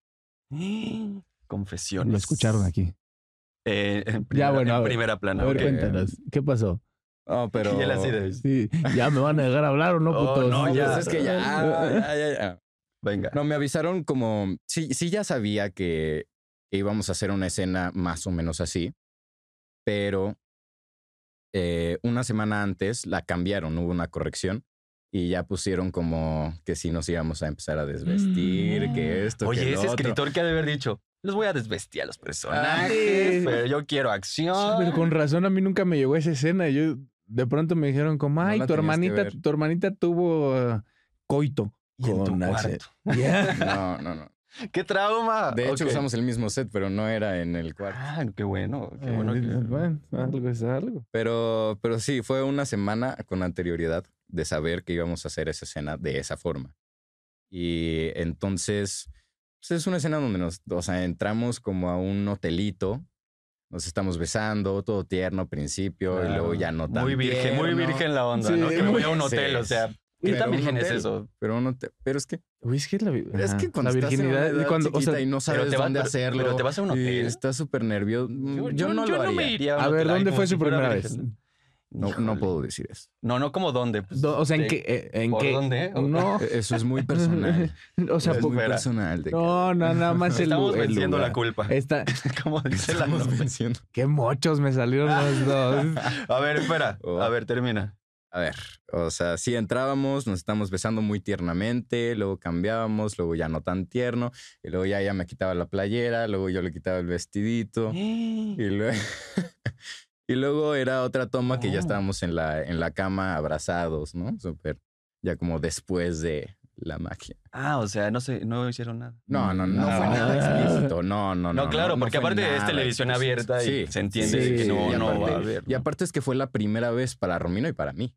Confesiones. Lo escucharon aquí. Eh, en primera, bueno, en a ver. primera plana. A ver, ok. cuenta. cuéntanos. ¿Qué pasó? Oh, pero. Y él así de, Sí, ¿Ya me van a dejar hablar o no, Oh, putos? no, No, ya. pues es que ya, ya, ya, ya. Venga. No, me avisaron como. Sí, sí, ya sabía que íbamos a hacer una escena más o menos así, pero eh, una semana antes la cambiaron, hubo una corrección y ya pusieron como que si nos íbamos a empezar a desvestir, que esto, que Mm. Oye, lo ese otro. escritor que ha de haber dicho, los voy a desvestir a los personajes, Ah, sí. pero yo quiero acción. Pero con razón a mí nunca me llegó esa escena. Yo de pronto me dijeron como, No ay, la tu tenías que hermanita, ver". tu hermanita tuvo eh, coito. Y en tu con Axel. cuarto. Yeah. No, no, no. ¡Qué trauma! De hecho, Ah, Ok. usamos el mismo set, pero no era en el cuarto. Ah, qué bueno, qué pues, bueno. Eh, que- bueno, algo es algo. Pero, pero sí, fue una semana con anterioridad de saber que íbamos a hacer esa escena de esa forma. Y entonces, pues es una escena donde nos, o sea, entramos como a un hotelito, nos estamos besando, todo tierno al principio, y luego ya no tan Muy virgen, muy tierno. virgen la onda, Sí, ¿no? Que me muy- voy a un Sí, hotel, o sí. sea, ¿qué Pero tan un virgen es hotel. eso? Pero, no te- pero es que, Uy, es que la, vi- es ajá, que cuando la estás en una virginidad. edad cuando, o sea, chiquita y no sabes Pero te, vas, dónde pero- hacerlo. pero te vas a un y hotel. estás súper nervioso. Yo, no lo haría. me iría a un a ver, hotel, ay, ¿dónde como fue si su fuera primera virgen. vez? No, Híjole. no puedo decir eso. No, no, como dónde. Pues, Do- o sea, ¿en de- qué? eh, ¿En ¿Por qué? dónde? O- No, Eh, Eso es muy personal. o sea, es po- muy espera. personal. de no, no, nada más el Estamos lu- el venciendo lugar. la culpa. Está, Como que dice la estamos novela. venciendo. qué mochos me salieron los dos. A ver, espera. Oh. A ver, termina. A ver, o sea, sí entrábamos, nos estábamos besando muy tiernamente, luego cambiábamos, luego ya no tan tierno, y luego ya ella me quitaba la playera, luego yo le quitaba el vestidito, y luego, y luego era otra toma que ya Oh. estábamos en la, en la cama abrazados, ¿no? Súper, ya como después de la magia. Ah, o sea, no sé, no hicieron nada. No, no, no, Ah, fue nada ah. explícito, no, no, no. No, pues, claro, no porque fue aparte es nada televisión explícito. abierta y Sí. se entiende sí, que no, y no aparte- va a haber. Y aparte es que fue la primera vez para Romino y para mí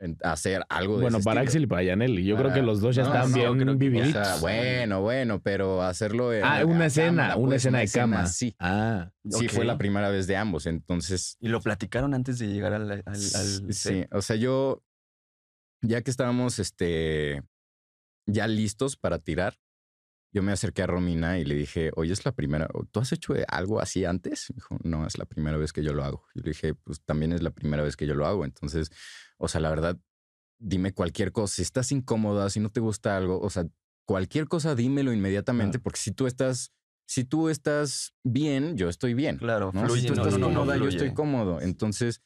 en hacer algo de Bueno, ese para estilo. Axel y para Yaneli. Yo creo Pues Ah, que los dos ya no, están no, bien creo que- O vividitos. sea, bueno, bueno, pero hacerlo. en ah, la una cama, escena, pues, una escena de cama. Sí, Ah, sí Ok. fue la primera vez de ambos. Entonces, Y lo platicaron antes de llegar al. al, al sí, set. o sea, yo, ya que estábamos este, ya listos para tirar, yo me acerqué a Romina y le dije, oye, es la primera, ¿tú has hecho algo así antes? Me dijo, no, es la primera vez que yo lo hago. Y le dije, pues también es la primera vez que yo lo hago. Entonces, o sea, la verdad, dime cualquier cosa. Si estás incómoda, si no te gusta algo, o sea, cualquier cosa, dímelo inmediatamente, porque si tú estás, si tú estás bien, yo estoy bien. Claro, ¿no? fluye. si tú no, estás no, no, no, cómoda, yo fluye. estoy cómodo. Entonces,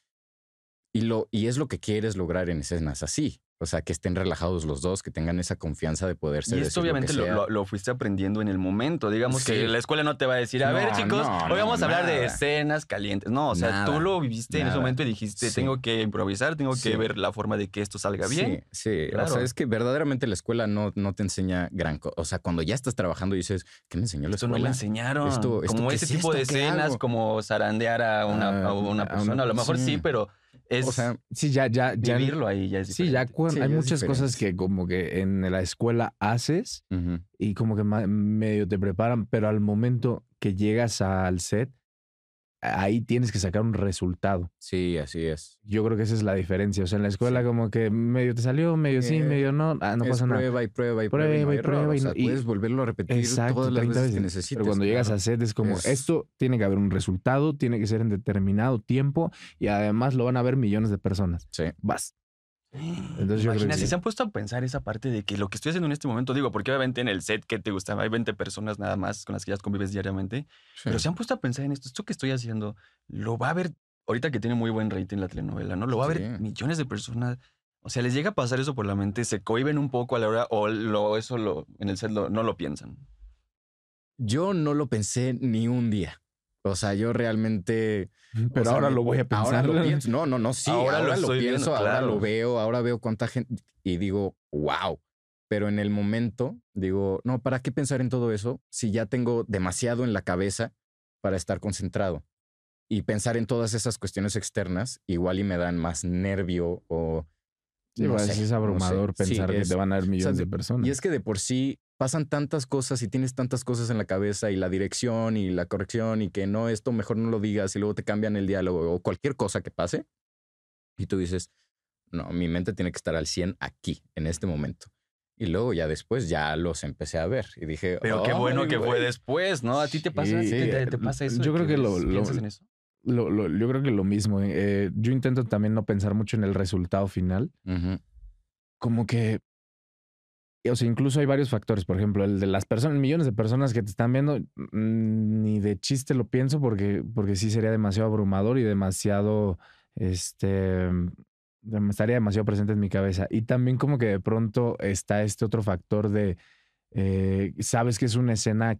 y, lo, y es lo que quieres lograr en escenas así. O sea, que estén relajados los dos, que tengan esa confianza de poder ser. Y esto obviamente lo, lo- lo fuiste aprendiendo en el momento. Digamos Sí. que la escuela no te va a decir, a No, ver chicos, no, hoy no, vamos a hablar de nada. escenas calientes. No, o sea, Nada, tú lo viviste en ese nada. momento y dijiste, Sí. tengo que improvisar, tengo Sí. que ver la forma de que esto salga bien. Sí, sí. Claro. O sea, es que verdaderamente la escuela no, no te enseña gran cosa. O sea, cuando ya estás trabajando y dices, ¿qué me enseñó la Esto escuela? no me enseñaron. Esto- esto como qué ese es tipo de esto, ¿qué escenas, hago? como zarandear a una, Ah, a una a una- persona. A lo mejor sí, sí. pero es o sea, Sí, ya, ya, ya. vivirlo ahí ya es Sí, ya diferente. cuan- Sí, hay ya es muchas cosas que como que en la escuela haces ujú. y como que ma- medio te preparan, pero al momento que llegas al set, ahí tienes que sacar un resultado. sí, así es. Yo creo que esa es la diferencia. O sea, en la escuela Sí. como que medio te salió, medio sí, Eh, medio no, ah, no Es pasa nada. Prueba y prueba y Prueba prueba. y y, no hay error. prueba y O sea, no- y- puedes volverlo a repetir todas las 30 veces que veces. necesites. Pero cuando llegas claro. a set es como, Es- esto tiene que haber un resultado, tiene que ser en determinado tiempo y además lo van a ver millones de personas. Sí. Vas. Entonces Entonces yo creo que si sí. se han puesto a pensar esa parte de que lo que estoy haciendo en este momento, digo, porque obviamente en el set que te gustaba hay 20 personas nada más con las que ya convives diariamente, pero se han puesto a pensar en esto, esto que estoy haciendo, lo va a ver, ahorita que tiene muy buen rating la telenovela, ¿no? Lo va a ver Sí. millones de personas. O sea, les llega a pasar eso por la mente, se cohiben un poco a la hora, o lo, eso lo, en el set lo- no lo piensan. Yo no lo pensé ni un día. O sea, yo realmente Pero O sea, ahora me- lo voy a pensar. Ahora lo pienso. No, no, no, sí. Ahora Ahora, lo lo, estoy viendo, pienso, ahora claro. lo veo, ahora veo cuánta gente. Y digo, wow. Pero en el momento digo, no, ¿para qué pensar en todo eso si ya tengo demasiado en la cabeza para estar concentrado? Y pensar en todas esas cuestiones externas igual y me dan más nervio o... Sí, no pues, sé, es no abrumador sé. Sí, pensar que es- te van a ver millones de- de personas. y es que de por sí pasan tantas cosas y tienes tantas cosas en la cabeza y la dirección y la corrección y que no, esto mejor no lo digas y luego te cambian el diálogo o cualquier cosa que pase. Y tú dices, no, mi mente tiene que estar al 100 aquí, en este momento. Y luego ya después ya los empecé a ver y dije, Pero qué bueno "Ay, que güey". fue después, ¿no? ¿A ti te pasa, Sí, te- te, sí. pasa eso? Yo de creo que lo- ves- lo- piensas en eso? Lo- lo- yo creo que lo mismo. ¿eh? Eh, yo intento también no pensar mucho en el resultado final. Ujú. Como que. eh, O sea, incluso hay varios factores. Por ejemplo, el de las personas, millones de personas que te están viendo, mm, ni de chiste lo pienso porque, porque sí sería demasiado abrumador y demasiado. Este. dem- Estaría demasiado presente en mi cabeza. Y también, como que de pronto está este otro factor de. eh, sabes que es una escena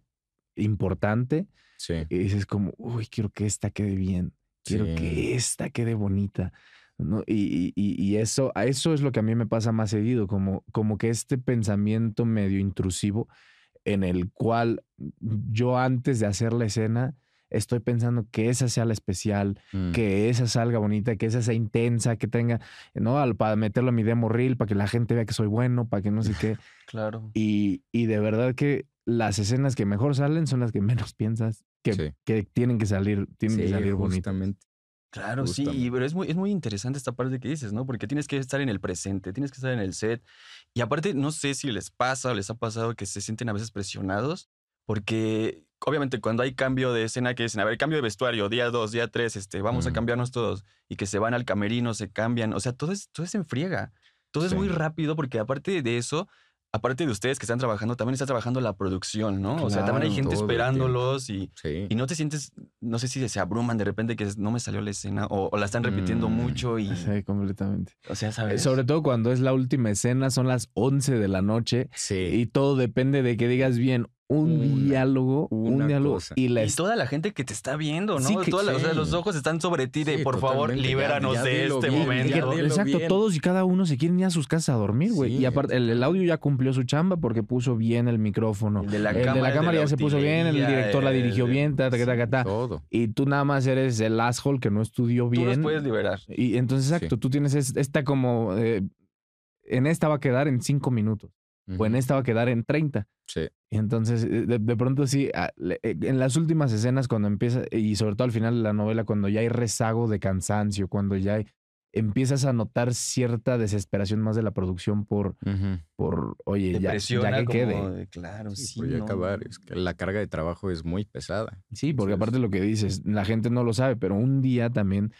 importante Sí. y dices como, uy, quiero que esta quede bien, quiero Sí. que esta quede bonita. ¿no? Y, y- y- y eso, a eso es lo que a mí me pasa más seguido, como, como que este pensamiento medio intrusivo en el cual yo antes de hacer la escena estoy pensando que esa sea la especial, Mm. que esa salga bonita, que esa sea intensa, que tenga, ¿no? Al- para meterlo a mi demo reel, para que la gente vea que soy bueno, para que no sé qué. Claro. Y, y de verdad que las escenas que mejor salen son las que menos piensas que, Mm. Sí. que tienen que salir, tienen que Sí, salir bonitas. justamente. Claro, sí, y- Justamente. pero es muy, es muy interesante esta parte que dices, ¿no? Porque tienes que estar en el presente, tienes que estar en el set. Y aparte, no sé si les pasa o les ha pasado que se sienten a veces presionados, porque obviamente cuando hay cambio de escena que dicen, a ver, cambio de vestuario, día 2, día 3, este, vamos a Mm. cambiarnos todos, y que se van al camerino, se cambian, o sea, todo es, todo es en friega, todo es Sí. muy rápido, porque aparte de eso... Aparte de ustedes que están trabajando, también está trabajando la producción, ¿no? o sea, también hay Claro, gente todo el tiempo. esperándolos y, Sí. y no te sientes, no sé si se abruman de repente que no me salió la escena o, o la están repitiendo Mm, mucho y, Sí, eh, completamente. o sea, Eh, ¿sabes? Sobre todo cuando es la última escena, son las 11 de la noche Sí. y todo depende de que digas bien un Una- diálogo, un una diálogo cosa. y la y toda la gente que te está viendo, ¿no? Sí, que- Toda la- o sea, sí. los ojos están sobre ti de, Sí, por favor, totalmente, ya- libéranos ya de dilo este bien, Y que- ya momento. dilo exacto, bien. todos y cada uno se quieren ir a sus casas a dormir, güey. Sí. Y aparte, el, el audio ya cumplió su chamba porque puso bien el micrófono. El de la El Eh, de la cámara ya se puso bien, el utilería, eh, director la el dirigió de- bien, ta, ta, ta, ta, ta. Todo. Y tú nada más eres el asshole que no estudió Tú los bien. puedes liberar. Y entonces, Sí. exacto, tú tienes es- esta como, eh, en esta va a quedar en cinco minutos, o en Ujú. esta va a quedar en 30. Sí. Y entonces, eh, de, de pronto sí, a- le- eh, en las últimas escenas cuando empieza, y sobre todo al final de la novela, cuando ya hay rezago de cansancio, cuando ya hay- empiezas a notar cierta desesperación más de la producción por, Ujú. por oye, Te ya, presiona ya que como quede. pues, de, claro, sí. Sí, por ya no, acabar. no. Es que la carga de trabajo es muy pesada. Sí, porque Sí, aparte sí. lo que dices, la gente no lo sabe, pero un día también,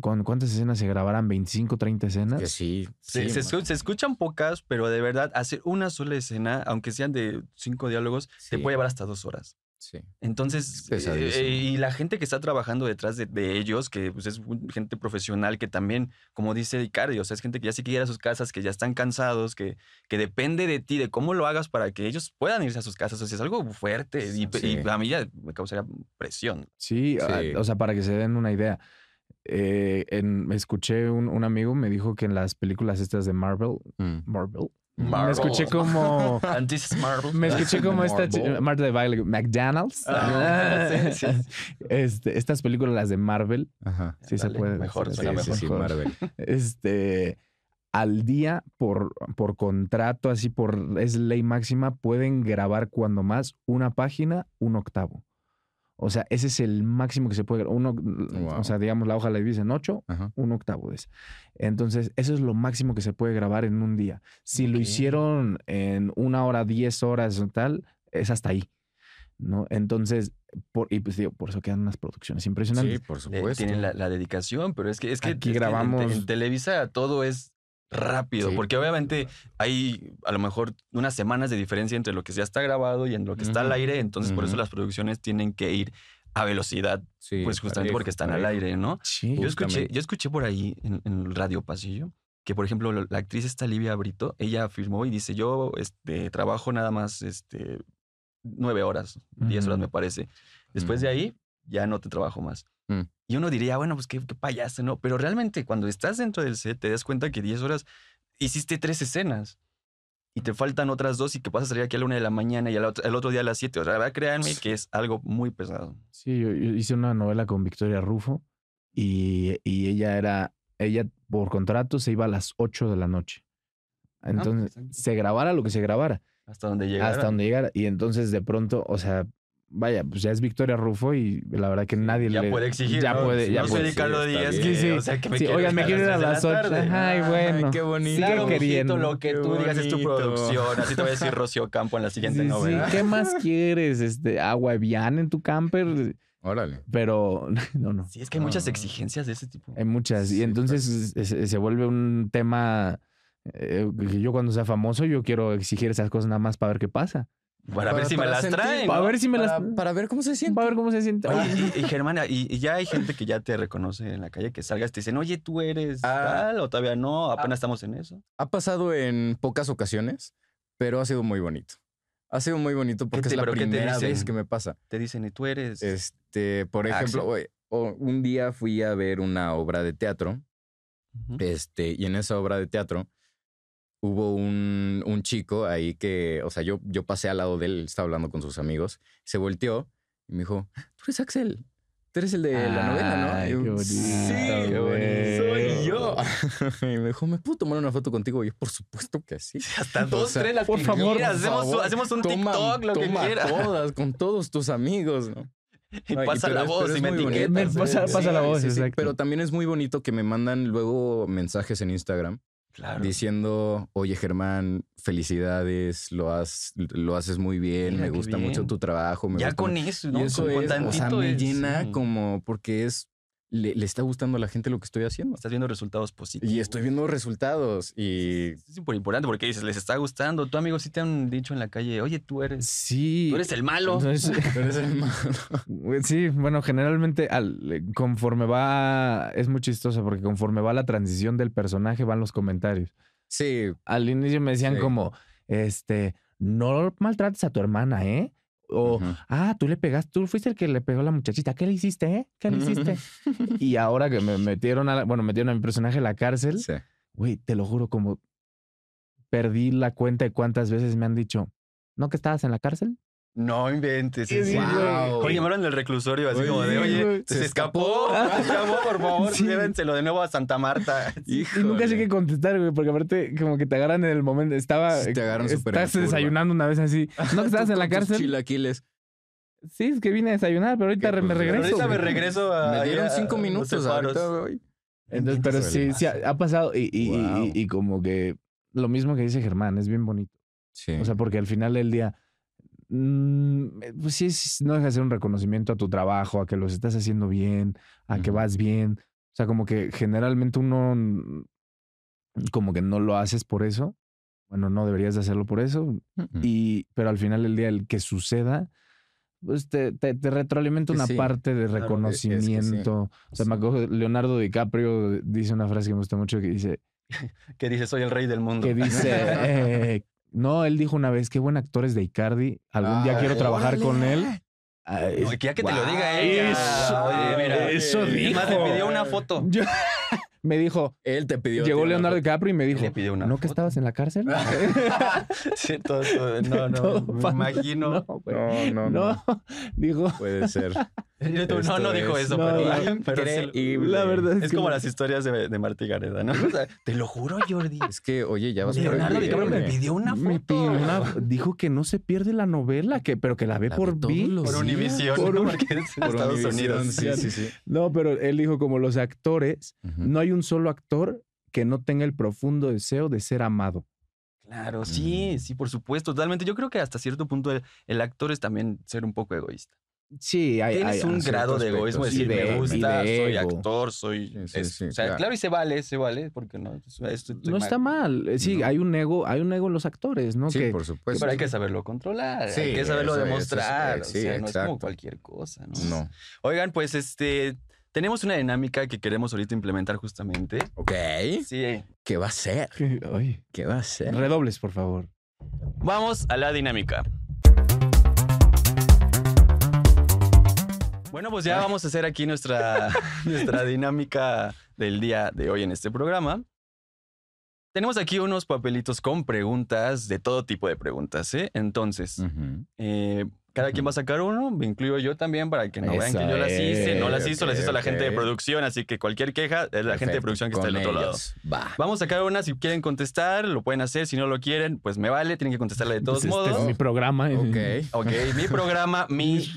¿cuán- ¿cuántas escenas se grabarán? ¿25, 30 escenas? Que sí. Se, sí, se más- escu- se escuchan pocas, pero de verdad, hacer una sola escena, aunque sean de cinco diálogos, te Sí. puede llevar hasta dos horas. Sí. Entonces, Es pesadísimo. eh, y la gente que está trabajando detrás de, de ellos, que pues, es un- gente profesional que también, como dice Icardi, o sea, es gente que ya se quiere ir a sus casas, que ya están cansados, que, que depende de ti, de cómo lo hagas para que ellos puedan irse a sus casas. O sea, es algo fuerte y, Sí. y a mí ya me causaría presión. Sí, a- Sí. o sea, para que se den una idea. Eh, en- escuché un, un amigo me dijo que en las películas estas de Marvel, Marvel, mm, me Marvel. escuché como, Antes Marvel. me escuché como esta chi- Marvel. Marta de baile, McDonald's. Ah, sí, sí, sí. Este, estas películas las de Marvel, Ajá. sí se Ándale, puede. mejor, decir Sí, suena así, sí, sí, mejor. Marvel. Este, al día por, por contrato, así por es ley máxima, pueden grabar cuando más una página, un octavo. O sea, ese es el máximo que se puede grabar. Uno, Wow. O sea, digamos, la hoja le dicen ocho, Ajá. un octavo de ese. Entonces, eso es lo máximo que se puede grabar en un día. Si lo Ok. hicieron en una hora, diez horas o tal, es hasta ahí. ¿No? Entonces, por, y pues digo, por eso quedan unas producciones impresionantes. Sí, por Eh, supuesto. tienen la, la dedicación, pero es que es que, Aquí es que en te- en, grabamos- Televisa todo es rápido, Sí. porque obviamente hay a lo mejor unas semanas de diferencia entre lo que ya está grabado y en lo que está al Ujú. aire, entonces por eso Ujú. las producciones tienen que ir a velocidad, Sí, pues justamente parejo, porque están al parejo. aire, ¿no? Sí. Yo escuché, Justamente. yo escuché por ahí en, en el radio pasillo que, por ejemplo, lo- la actriz esta Livia Brito, ella afirmó y dice, yo este, trabajo nada más este, nueve horas, diez horas Ujú. me parece. Después de Ujú. ahí ya no te trabajo más. Mm. Y uno diría, bueno, pues qué, qué payaso, ¿no? Pero realmente cuando estás dentro del set te das cuenta que diez horas hiciste tres escenas. Y te faltan otras dos y que vas a salir aquí a la una de la mañana y al otro, el otro día a las siete. O sea, la verdad, créanme que es algo muy pesado. Sí, yo, yo hice una novela con Victoria Rufo y, y ella era, ella por contrato se iba a las 8 de la noche. Ah, pues, Entonces, exacto. se grabara lo que se grabara, Hasta donde llegar. hasta donde llegara. Y entonces de pronto, o sea, vaya, pues ya es Victoria Rufo y la verdad que nadie ya le... puede exigir. Ya ¿no? puede, ya no puede. soy Ricardo Sí, está Díaz. bien. que, Sí, sí. O sea, que me Sí, quiero oigan, me quiero ir a las seis de la 8. tarde. Ay, Ah, bueno. qué bonito. Claro, Sigue mijito, queriendo. lo que Qué tú digas es tu bonito. producción. Así te va a decir Rocío Campo en la siguiente Sí, sí, novela. ¿Qué más quieres? Este, agua Evian en tu camper, Órale. pero no, no. Em, Sí, es que hay muchas Ah. exigencias de ese tipo. Hay muchas. Sí, Y entonces se, se vuelve un tema. eh, que yo cuando sea famoso, yo quiero exigir esas cosas nada más para ver qué pasa. Para, ver si me las sentir- traen. Para ¿no? ver si me las. Para, para ver cómo se siente. Para ver cómo se siente. Oye, Ah. Oye, y, y Germana, y, y ya hay gente que ya te reconoce en la calle, que salgas y te dicen, oye, tú eres Ah. tal, o todavía no, apenas estamos en eso. Ha pasado en pocas ocasiones, pero ha sido muy bonito. Ha sido muy bonito porque te- es la pero qué te primera dicen? vez que me pasa. Te dicen, y tú eres. Este, por Axel. ejemplo, oye, o- un día fui a ver una obra de teatro, Ujú. este, y en esa obra de teatro hubo un, un chico ahí que, o sea, yo, yo pasé al lado de él, él estaba hablando con sus amigos, se volteó y me dijo, tú eres Axel, tú eres el de la novela, ¿no? Ay, Y yo, qué bonito, sí, qué soy bonito". yo. y me dijo, ¿me puedo tomar una foto contigo? Y yo, por supuesto que sí. Hasta O dos, sea, tres las por que favor, quieras. por Hacemos, favor, hacemos un Toma- TikTok, lo que toma quieras. todas, con todos tus amigos, ¿no? Y Ay, pasa pero la es- voz pero y es me muy bonito. etiquetas. Me pasa- Sí, pasa la voz, exacto. Pero también es muy bonito que me mandan luego mensajes en Instagram Claro. diciendo, oye Germán, felicidades, lo, has, lo haces muy bien, Mira, me qué gusta bien. mucho tu trabajo. Me ya gusta con mucho". eso, Y ¿no? eso con, con es, o sea, tantito me es- llena sí. como porque es, le, le está gustando a la gente lo que estoy haciendo. Estás viendo resultados positivos. Y estoy viendo resultados y... Es súper importante porque dices, les está gustando. Tu amigo sí te han dicho en la calle, oye, tú eres. sí. Tú eres el malo. Entonces, Pero es el malo. sí, bueno, generalmente al, conforme va. Es muy chistoso porque conforme va la transición del personaje, van los comentarios. Sí, Al inicio me decían Sí. como, este, no maltrates a tu hermana, ¿eh? O. ujú. Ah, tú le pegaste, tú fuiste el que le pegó a la muchachita. ¿Qué le hiciste, eh? ¿Qué le hiciste? y ahora que me metieron a, la- bueno, metieron a mi personaje a la cárcel, Sí. güey, te lo juro, como perdí la cuenta de cuántas veces me han dicho, ¿no que estabas en la cárcel? No inventes. Sí, en sí, serio. güey. Oye, llamaron del reclusorio así Oye, como de, sí, oye, güey, se, se escapó. escapó. Se escapó, por favor, Sí. llévenselo de nuevo a Santa Marta. Y nunca sé Híjole. qué contestar, güey, porque aparte como que te agarran en el momento. Estaba, Sí, te agarran súper en estás curva. desayunando una vez así, ¿no que estabas Tú en la con tus cárcel? Chilaquiles. Sí, es que vine a desayunar, pero ahorita Que, re- me pues, Pero regreso. ahorita me güey". regreso a. Me dieron a- cinco a los minutos separos. ahorita, güey. Entonces, pero Entonces, sí, le sí, ha, ha pasado y, y- y- Guau. y como que lo mismo que dice Germán, es bien bonito. Sí. O sea, porque al final del día, mm, eh, pues sí, es- no deja de ser un reconocimiento a tu trabajo, a que los estás haciendo bien, a que Ujú. vas bien. O sea, como que generalmente uno mm, como que no lo haces por eso. Bueno, no deberías de hacerlo por eso. Ujú. Y, pero al final del día, el que suceda, pues te, te, te retroalimenta Que una sí. parte Claro, e, de es que sí. reconocimiento. O sea, me acuerdo, Leonardo DiCaprio dice una frase que me gusta mucho que dice, Que dice, soy el rey del mundo. que dice, eh, no, él dijo una vez, qué buen actor es de Icardi, algún día Ah, quiero trabajar con él. órale. Ah, es- Ah, No, que ya que te lo diga Guau. ella. Eso, Oye, mira. eso Es más, dijo. le pidió una foto. Yo- me dijo, Él te pidió. tiene llegó una Leonardo DiCaprio y me dijo, Le pidió una ¿no que foto. estabas en la cárcel? Sí, todo, todo. No, no, Todo me padre. imagino. No, güey. foto. No, no, no. No, dijo, Puede ser. Yo tú, no, no Esto dijo es eso, no, pero, pero sí lo- increíble. la verdad es, es que como no. las historias de, de Marta y Gareda, ¿no? O sea, te lo juro, Jordi. Es que, oye, ya vas por Leonardo el DiCaprio me video, pidió una Me foto. pidió una- dijo que no se pierde la novela, que, pero que la ve La ve por todos vi. los Por Sí, Univision, por ¿no? un- porque es en por Estados Univision, Unidos. Sí, sí, sí. No, pero él dijo como los actores, Ujú. no hay un solo actor que no tenga el profundo deseo de ser amado. Claro, sí, Mm. sí, por supuesto, totalmente. Yo creo que hasta cierto punto el, el actor es también ser un poco egoísta. Sí, hay, Tienes hay- un hay grado ciertos de egoísmo, aspectos, decir, sí, de- me gusta, y de soy ego. actor, soy... Sí, sí, es- sí, o sea, claro. claro. y se vale, se vale, porque no... es- es- estoy No está mal. eh, Sí, No. hay un ego, hay un ego en los actores, ¿no? Pues Sí, que, por supuesto. Pero hay que saberlo controlar, Sí, hay que saberlo eso es, demostrar. eso es, o eh, sea, sí, no es exacto. como cualquier cosa, ¿no? No. Oigan, pues este... Tenemos una dinámica que queremos ahorita implementar justamente. Ok. Sí. ¿Qué va a ser? que- ay, ¿Qué va a ser? redobles, por favor. Vamos a la dinámica. Bueno, pues Ah. ya vamos a hacer aquí nuestra, nuestra dinámica del día de hoy en este programa. Tenemos aquí unos papelitos con preguntas, de todo tipo de preguntas, ¿eh? Entonces, Ujú. eh, cada quien va a sacar uno, me incluyo yo también para que no vean Eso que yo las hice, no las es, hizo, las ok, hizo la gente de ok. producción, así que cualquier queja es la gente de Perfecto, producción que está con del otro lado. ellos. Va. Vamos a sacar una, si quieren contestar, lo pueden hacer, si no lo quieren, pues me vale, tienen que contestarla de todos Pues este modos. es mi programa. eh. Ok. Ok, mi programa, mis Mis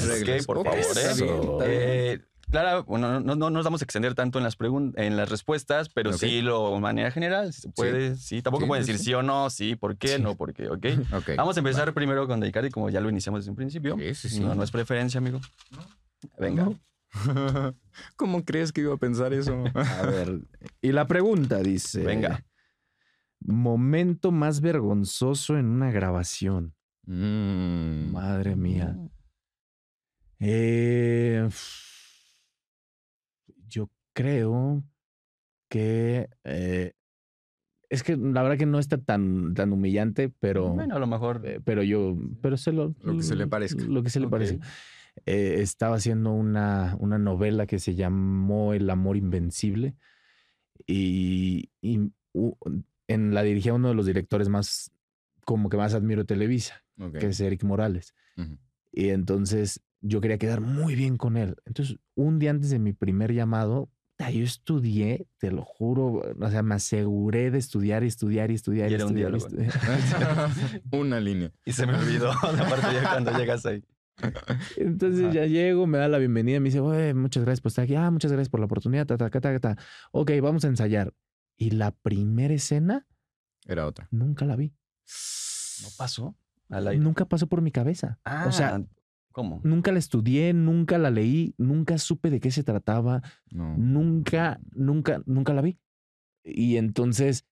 reglas, Tus reglas. ok, por Ok, favor. está ¿eh? bien, está bien. Eh, Clara, bueno, no, no nos vamos a extender tanto en las pregun- en las respuestas, pero Ok. sí lo de manera general, si se puede, sí. Tampoco Sí, pueden sí, decir sí. sí o no, sí, por qué, Sí. no, por qué, ok. Ok. Vamos a empezar primero con Deicari, como ya lo iniciamos desde un principio. Sí, sí, sí. No, no es preferencia, amigo. Venga. No. ¿Cómo crees que iba a pensar eso? A ver. Y la pregunta dice: Venga. Momento más vergonzoso en una grabación. Mm. Madre mía. Eh, yo creo que. eh, es que la verdad que no está tan, tan humillante, pero. Bueno, a lo mejor. eh, pero yo. Pero se lo. Lo que se le parezca. Lo que se le Ok. parece. Eh, estaba haciendo una, una novela que se llamó El amor invencible. Y, y u- en la dirigía uno de los directores más. Como que más admiro de Televisa, Ok. que es Eric Morales. Ujú. Y entonces yo quería quedar muy bien con él. Entonces, un día antes de mi primer llamado, ta, yo estudié, te lo juro, o sea, me aseguré de estudiar y estudiar y estudiar. Y era un estudiar, diálogo. estudiar. Una línea. Y se me olvidó la parte ya cuando llegas ahí. Entonces Ajá. ya llego, me da la bienvenida, me dice, "Oye, muchas gracias por estar aquí. Ah, muchas gracias por la oportunidad. Ta, ta, ta, ta, ta. Ok, vamos a ensayar. Y la primera escena Era otra. nunca la vi. ¿No pasó? Al aire. Nunca pasó por mi cabeza. Ah, o sea, ¿cómo? nunca la estudié, nunca la leí, nunca supe de qué se trataba. No. nunca, nunca, nunca la vi. Y entonces,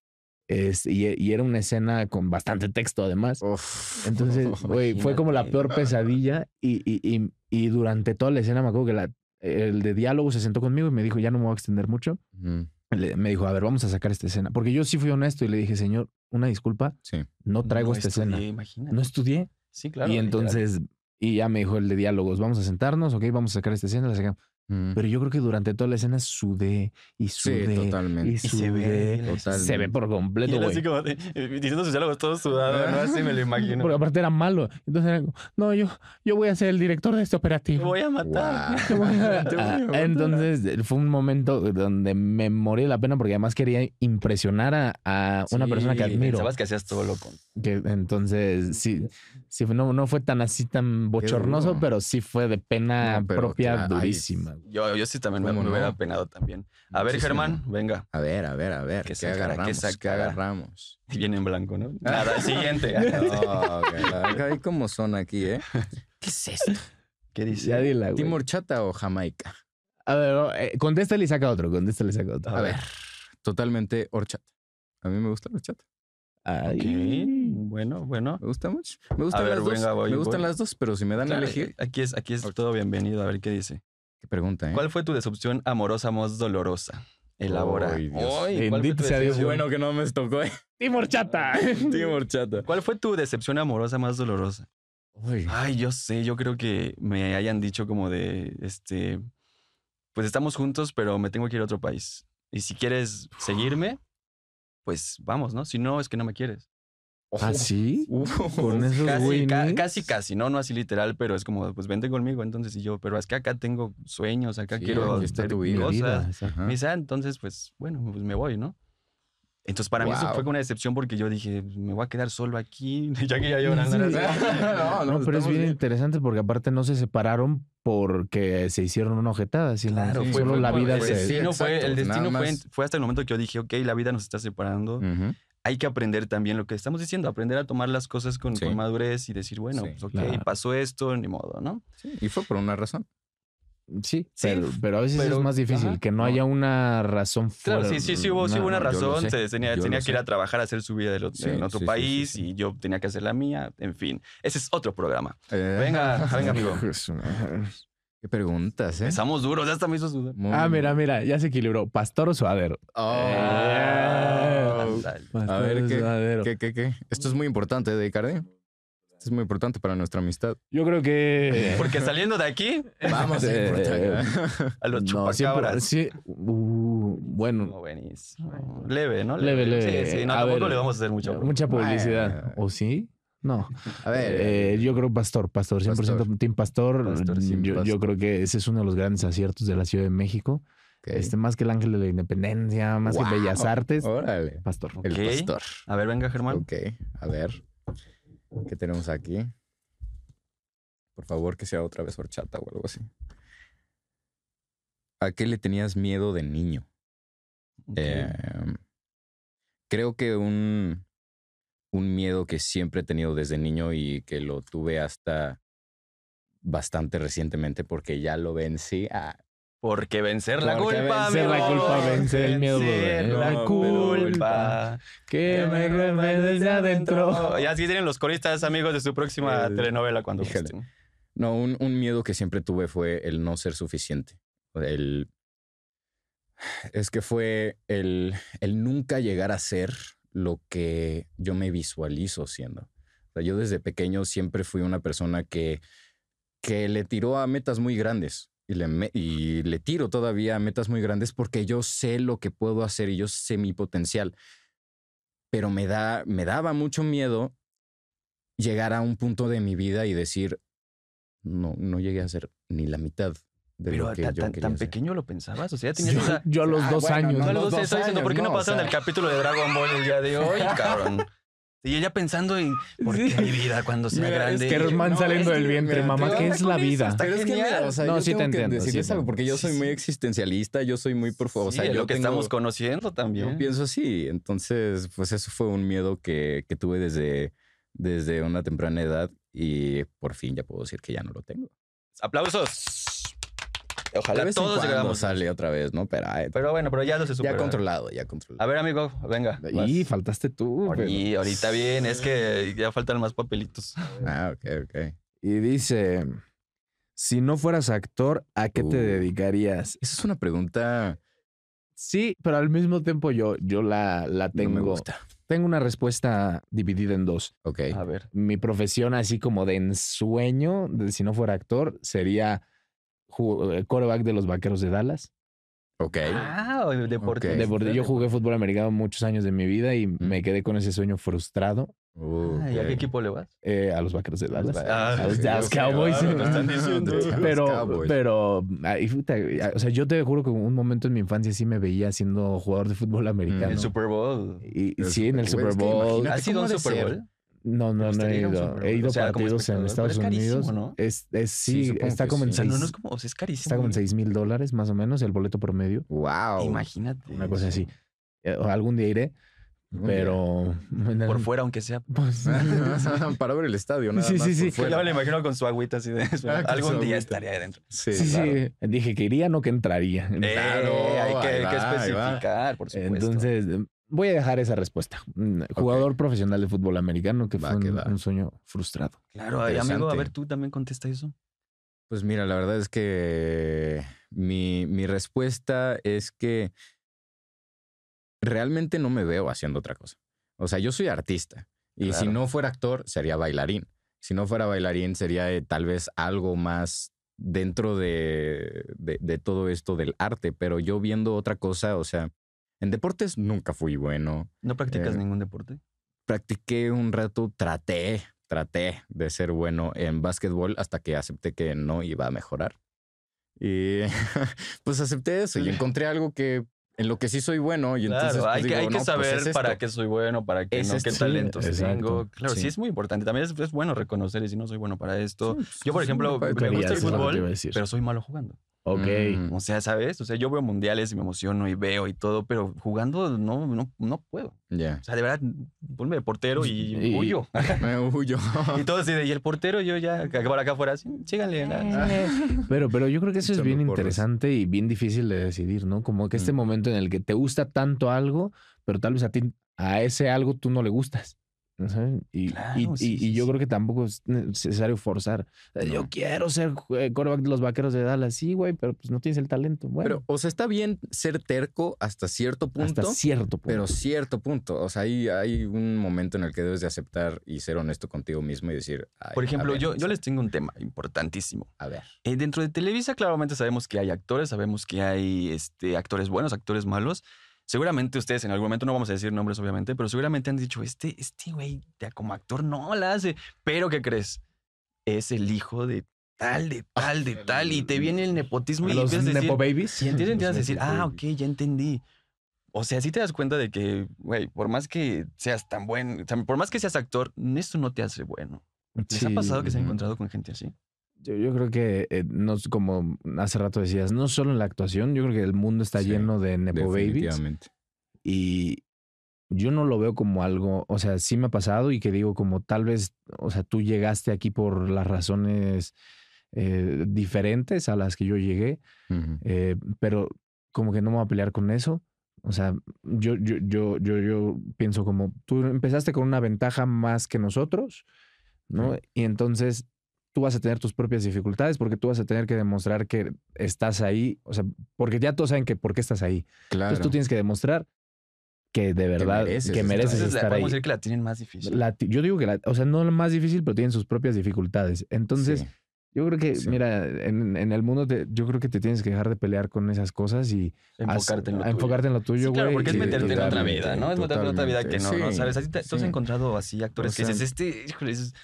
es- y, y era una escena con bastante texto además. Uf. Entonces, güey, fue como la imagínate. peor pesadilla y, y- y- y durante toda la escena me acuerdo que la- el de diálogo se sentó conmigo y me dijo, ya no me voy a extender mucho. Mm, Le- me dijo, a ver, vamos a sacar esta escena. Porque yo sí fui honesto y le dije, señor, una disculpa, Sí. no traigo No esta estudié, escena. Imagínate. No estudié. sí, claro. y literal. entonces, y ya me dijo el de diálogos, vamos a sentarnos, ok, vamos a sacar esta escena, la sacamos. Mm. Pero yo creo que durante toda la escena sudé y Sí, sudé y totalmente. Y se sudé. ve. la- Totalmente. Se ve por Y completo, él güey. así como de- eh, diciendo sus diálogos todos sudados, ¿no? Así me lo imagino. Porque aparte era malo. Entonces era como, no, yo, yo voy a ser el director de este Te operativo. voy a matar. Guau. Te voy a- te voy a Ah, matar. Entonces eh, fue un momento donde me morí de la pena porque además quería impresionar a, a una Sí, persona que admiro. Pensabas que hacías todo loco. Que, entonces, sí, sí no, no fue tan así tan bochornoso, duro. pero sí fue de pena No, pero propia claro, ay, durísima. Yo, yo sí también me, ¿Cómo me hubiera no? penado también. A ver, Muchísimo. Germán, venga. A ver, a ver, a ver. Que ¿Qué sacara, que agarramos? ¿Qué sacara. agarramos? Y Viene en blanco, ¿no? Nada, siguiente. Ah, No, okay. ¿Cómo son aquí, eh? ¿Qué es esto? ¿Qué dice? Ya dila, güey. ¿Timor Chata o Jamaica? A ver, eh, contéstale y saca otro, contéstale y saca otro. A ver, totalmente horchata. A mí me gusta la horchata. Ay. Ok, Bueno, bueno. Me gusta mucho. Me gustan, A ver, las, venga, dos. voy, me gustan voy. las dos, pero si me dan a Claro, elegir. Aquí es, aquí es Ok. todo bienvenido. A ver qué dice. Qué pregunta, ¿eh? ¿Cuál fue tu decepción amorosa más dolorosa? Elabora. Ay, Dios. Ay, ¿cuál fue Bendito tu sea Dios, Qué decepción? bueno que no me tocó, ¿eh? Timor Chata. Timor Chata. ¿Cuál fue tu decepción amorosa más dolorosa? Uy. Ay, yo sé, yo creo que me hayan dicho como de, este, pues estamos juntos, pero me tengo que ir a otro país. Y si quieres seguirme, pues vamos, ¿no? Si no, es que no me quieres. ¿Ah, sí? Uf. Con esos Casi, güeyes. ca- casi, casi, ¿no? No así literal, pero es como, pues vente conmigo, entonces, y yo, pero es que acá tengo sueños, acá Sí, quiero aquí está hacer tu vida. cosas. Vida, exacto. Ajá. Me dice, ah, entonces, pues, bueno, pues me voy, ¿no? Entonces, para mí eso Guau. fue como una decepción porque yo dije, pues, me voy a quedar solo aquí. ya que ya llorando. Sí. era así. no, No, no, pero es estamos bien, bien. interesante porque aparte no se separaron porque se hicieron una ojetada, sino Claro, Sí, fue, solo fue la como vida el se- destino fue, pues, Exacto, el destino nada fue, más. Mm. fue hasta el momento que yo dije, ok, la vida nos está separando. Ujú. Hay que aprender también lo que estamos diciendo, aprender a tomar las cosas con, Sí. con madurez y decir, bueno, Sí, pues ok, claro. pasó esto, ni modo, ¿no? Sí, y fue por una razón. Sí, Sí, pero, pero a veces pero- es más difícil ajá, que no no. haya una razón fuera. Claro, sí, sí, sí hubo, sí no, hubo una no, yo lo razón. sé, se tenía yo tenía lo que ir sé. a trabajar a hacer su vida del ot- Sí, en otro sí, sí, sí, país sí. y yo tenía que hacer la mía. En fin, ese es otro programa. Eh, Venga, venga, amigo. Qué preguntas, ¿eh? Empezamos duros, ya hasta me hizo sudar. Muy- Ah, mira, mira, ya se equilibró. Pastor o suadero. Oh. Ándale. Pastor ver, o ¿qué- suadero. ¿Qué, qué, qué? Esto es muy importante, ¿eh, de Icardi. Esto es muy importante para nuestra amistad. Yo creo que. Porque saliendo de aquí, Vamos, Eh, a los No, siempre- chupacabras. sí, uh, bueno, No, buenísimo. Leve, ¿no? Leve, leve. Sí, sí, no, A tampoco ver. le vamos a hacer mucho. mucha publicidad. Bueno. ¿O sí? No. A ver, Eh, yo creo Pastor, Pastor, 100% Pastor. Team Pastor. Pastor, yo, Team yo Pastor. creo que ese es uno de los grandes aciertos de la Ciudad de México. ok. Este, más que el Ángel de la Independencia, más Wow. que Bellas Artes, Órale. Pastor. El Ok. pastor. A ver, venga, Germán. Ok, a ver. ¿Qué tenemos aquí? Por favor, que sea otra vez horchata o algo así. ¿A qué le tenías miedo de niño? Ok. Eh, creo que un, un miedo que siempre he tenido desde niño y que lo tuve hasta bastante recientemente porque ya lo vencí. Ah, Porque vencer la Porque culpa, vencer la mi culpa, amor. vencer el miedo, Vencer bro. la No, pero- culpa. Que me duerme desde adentro. Y así tienen los coristas, amigos, de su próxima Eh, telenovela cuando híjole. gusten. no, un, un miedo que siempre tuve fue el no ser suficiente. O sea, El, es que fue el, el nunca llegar a ser lo que yo me visualizo siendo. O sea, yo desde pequeño siempre fui una persona que, que le tiró a metas muy grandes y le, me- y le tiro todavía a metas muy grandes porque yo sé lo que puedo hacer y yo sé mi potencial. Pero me, da, me daba mucho miedo llegar a un punto de mi vida y decir, no, no llegué a ser ni la mitad de Pero lo que ta- yo tan, quería tan ser". pequeño lo pensabas. O sea, ya tenías Yo, esa. yo a los Ah, dos bueno, años. no, No, los los dos, dos estoy diciendo, ¿por qué años, no no, o pasaron sea. el capítulo de Dragon Ball el día de hoy, cabrón? Y ella pensando en por qué Sí. mi vida cuando sea Mira, es grande. que Germán No, saliendo es que, del vientre, mira, mamá, ¿qué ¿qué onda es la con eso? vida? Está Pero es que, genial. mira, o sea, No, yo sí te tengo que entiendo, sí decirles te algo, porque yo entiendo. soy Sí, muy sí. existencialista, yo soy muy por favor. o Sí, sea, de yo lo que tengo- estamos ¿eh? conociendo Yo también. pienso así. Entonces, pues eso fue un miedo que, que tuve desde, desde una temprana edad y por fin ya puedo decir que ya no lo tengo. Aplausos. De Ojalá vez en todos cuando llegáramos. sale otra vez, ¿no? Pero, ay, Pero bueno, pero ya lo se ya superaron. controlado, ya A controlado. ver, amigo, venga. vas. Y faltaste tú. pero- Y ahorita bien, es que ya faltan más papelitos. Ah, ok, ok. Y dice, si no fueras actor, ¿a qué te Uh. dedicarías? Esa es una pregunta Sí, pero al mismo tiempo yo, yo la, la que no tengo. me gusta. Tengo una respuesta dividida en dos. Ok. A ver. Mi profesión así como de ensueño, de si no fuera actor, sería ju- eh, quarterback de los Vaqueros de Dallas. ok. Ah, deporte. Ok. De borde- yo jugué fútbol americano muchos años de mi vida y me quedé con ese sueño frustrado Ah, ¿Y a Uh, Ok. qué equipo le vas? eh, a los Vaqueros de Dallas. Ah, a los sí, Dallas sí, Cowboys. claro, lo están diciendo. Dallas Pero, Cowboys. pero, ay, puta, o sea, yo te juro que un momento en mi infancia sí me veía siendo jugador de fútbol americano. El Super Bowl. Y, y El sí, en el Super Super Bowl. Es que Bowl. imagínate. ¿Has sido ¿cómo un ha de Super ser? Bowl? No, no, no he gustaría ir a un ido. Super He Bowl? ido O sea, a como partidos en espectador, pero Estados es carísimo, Unidos. ¿no? Es, es- Sí, sí, supongo está que como en O sea, no, no seis- es como, o sea, es está carísimo. como en ¿no? 6 mil dólares más o menos el boleto promedio. Wow. Imagínate. Una cosa eso. así. Eh, Algún día iré, Muy pero... Por fuera, aunque sea. Pues, para ver el estadio, nada Sí, más. sí, sí. por fuera. Yo me lo imagino con su agüita así de. con su Algún día agüita. estaría ahí adentro. Sí, sí, claro. sí. Dije que iría, no que entraría. Eh, Claro, hay que, ahí hay que va, ahí va. especificar, por supuesto. Entonces, Voy a dejar esa respuesta. Mm, Jugador profesional de fútbol americano que Va, fue que un, va. un sueño frustrado. Claro, ay, amigo, a Interesante. ver, tú también contesta eso. Pues mira, la verdad es que mi, mi respuesta es que realmente no me veo haciendo otra cosa. O sea, yo soy artista y si Claro. no fuera actor, sería bailarín. Si no fuera bailarín, sería eh, tal vez algo más dentro de, de- de todo esto del arte, pero yo viendo otra cosa, o sea, en deportes nunca fui bueno. ¿No practicas Eh, ningún deporte? Practiqué un rato, traté, traté de ser bueno en básquetbol hasta que acepté que no iba a mejorar. Y pues acepté eso y encontré algo que en lo que sí soy bueno y entonces claro, pues, hay que, digo, hay que "No, pues, saber es para esto". qué soy bueno, para qué Es no, esto, qué sí, talentos exacto, tengo. Claro, sí. sí. es muy importante. También es, es bueno reconocer y si no soy bueno para esto. Sí, pues, Yo, por es ejemplo, una pa- me teoría, gusta el eso es lo que fútbol, te iba a decir. Pero soy malo jugando. ok. Mm. O sea, ¿sabes? O sea, yo veo mundiales y me emociono y veo y todo, pero jugando no, no, no puedo. Mm, Ya. O sea, de verdad, ponme de Pues, portero y, Y- huyo. Me huyo. y todo así de, y el portero, yo ya, acá por acá afuera, sí, síganle. la- Pero, pero yo creo que eso es Echando bien porras. interesante y bien difícil de decidir, ¿no? Como que este Mm. momento en el que te gusta tanto algo, pero tal vez a ti, a ese algo tú no le gustas. ¿no saben? Y, Claro, y- sí, y- sí, y yo sí. creo que tampoco es necesario forzar. Eh, Yo No. quiero ser eh, quarterback de los vaqueros de Dallas, sí, güey, pero pues no tienes el talento. Pero, Bueno, o sea, está bien ser terco hasta cierto punto. hasta cierto punto. Pero cierto punto. O sea, hay, hay un momento en el que debes de aceptar y ser honesto contigo mismo y decir. "Ay, Por a ejemplo, ver, yo, yo les tengo un tema importantísimo. A ver. Eh, dentro de Televisa, claramente sabemos que hay actores, sabemos que hay este, actores buenos, actores malos. Seguramente ustedes en algún momento, no vamos a decir nombres obviamente, pero seguramente han dicho, este este güey ya como actor no la hace. Pero, ¿qué crees? Es el hijo de tal, de tal, de tal, y te viene el nepotismo y los empiezas a decir, Nepo Babies. y entiendes, Los empiezas a decir, Nepo ah, ok, Babies". ya entendí. O sea, sí te das cuenta de que, güey, por más que seas tan buen, o sea, por más que seas actor, esto no te hace bueno. ¿Les ha Sí. pasado que se han ujú. encontrado con gente así? Yo, yo creo que, eh, no, es como hace rato decías, no solo en la actuación, yo creo que el mundo está Sí, lleno de Nepo Babies. Definitivamente. y yo no lo veo como algo, o sea, sí me ha pasado y que digo como tal vez, o sea, tú llegaste aquí por las razones eh, diferentes a las que yo llegué, Ujú. eh, pero como que no me voy a pelear con eso. O sea, yo, yo, yo, yo, yo pienso como tú empezaste con una ventaja más que nosotros, ¿no? Sí. Y entonces tú vas a tener tus propias dificultades porque tú vas a tener que demostrar que estás ahí, o sea, porque ya todos saben que por qué estás ahí. Claro. Entonces tú tienes que demostrar que de verdad que mereces mereces, estar ahí. Entonces, la- estar ahí. podemos decir que la tienen más difícil. La ti- yo digo que, la, o sea, no lo más difícil, pero tienen sus propias dificultades. Entonces, Sí. yo creo que, Sí. mira, en, en el mundo, te- yo creo que te tienes que dejar de pelear con esas cosas y haz- enfocarte en lo a tuyo. enfocarte en lo tuyo, Sí, claro, güey, porque es y- sí, meterte en otra totalmente, vida, ¿no? Es meterte en otra vida que no, totalmente. no sabes. ¿Así te, ¿Tú has Sí. encontrado así actores O que sea, dices, este, híjole, es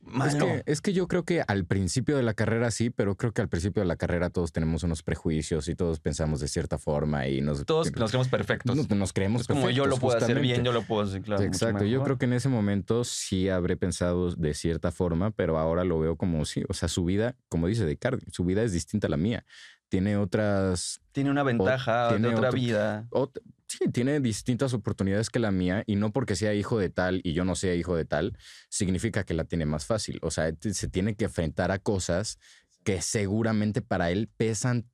malo? Es que, es que yo creo que al principio de la carrera sí, pero creo que al principio de la carrera todos tenemos unos prejuicios y todos pensamos de cierta forma y nos, todos nos creemos perfectos. no- nos creemos es como yo lo perfectos, puedo hacer justamente. bien, yo lo puedo hacer, claro. mucho Exacto, yo mejor. creo que en ese momento sí habré pensado de cierta forma, pero ahora lo veo como sí, o sea, su vida, como dice Descartes, su vida es distinta a la mía. Tiene otras, Tiene una ventaja tiene de otra otro- vida. ot- sí, tiene distintas oportunidades que la mía y no porque sea hijo de tal y yo no sea hijo de tal, significa que la tiene más fácil. O sea, t- se tiene que enfrentar a cosas que seguramente para él pesan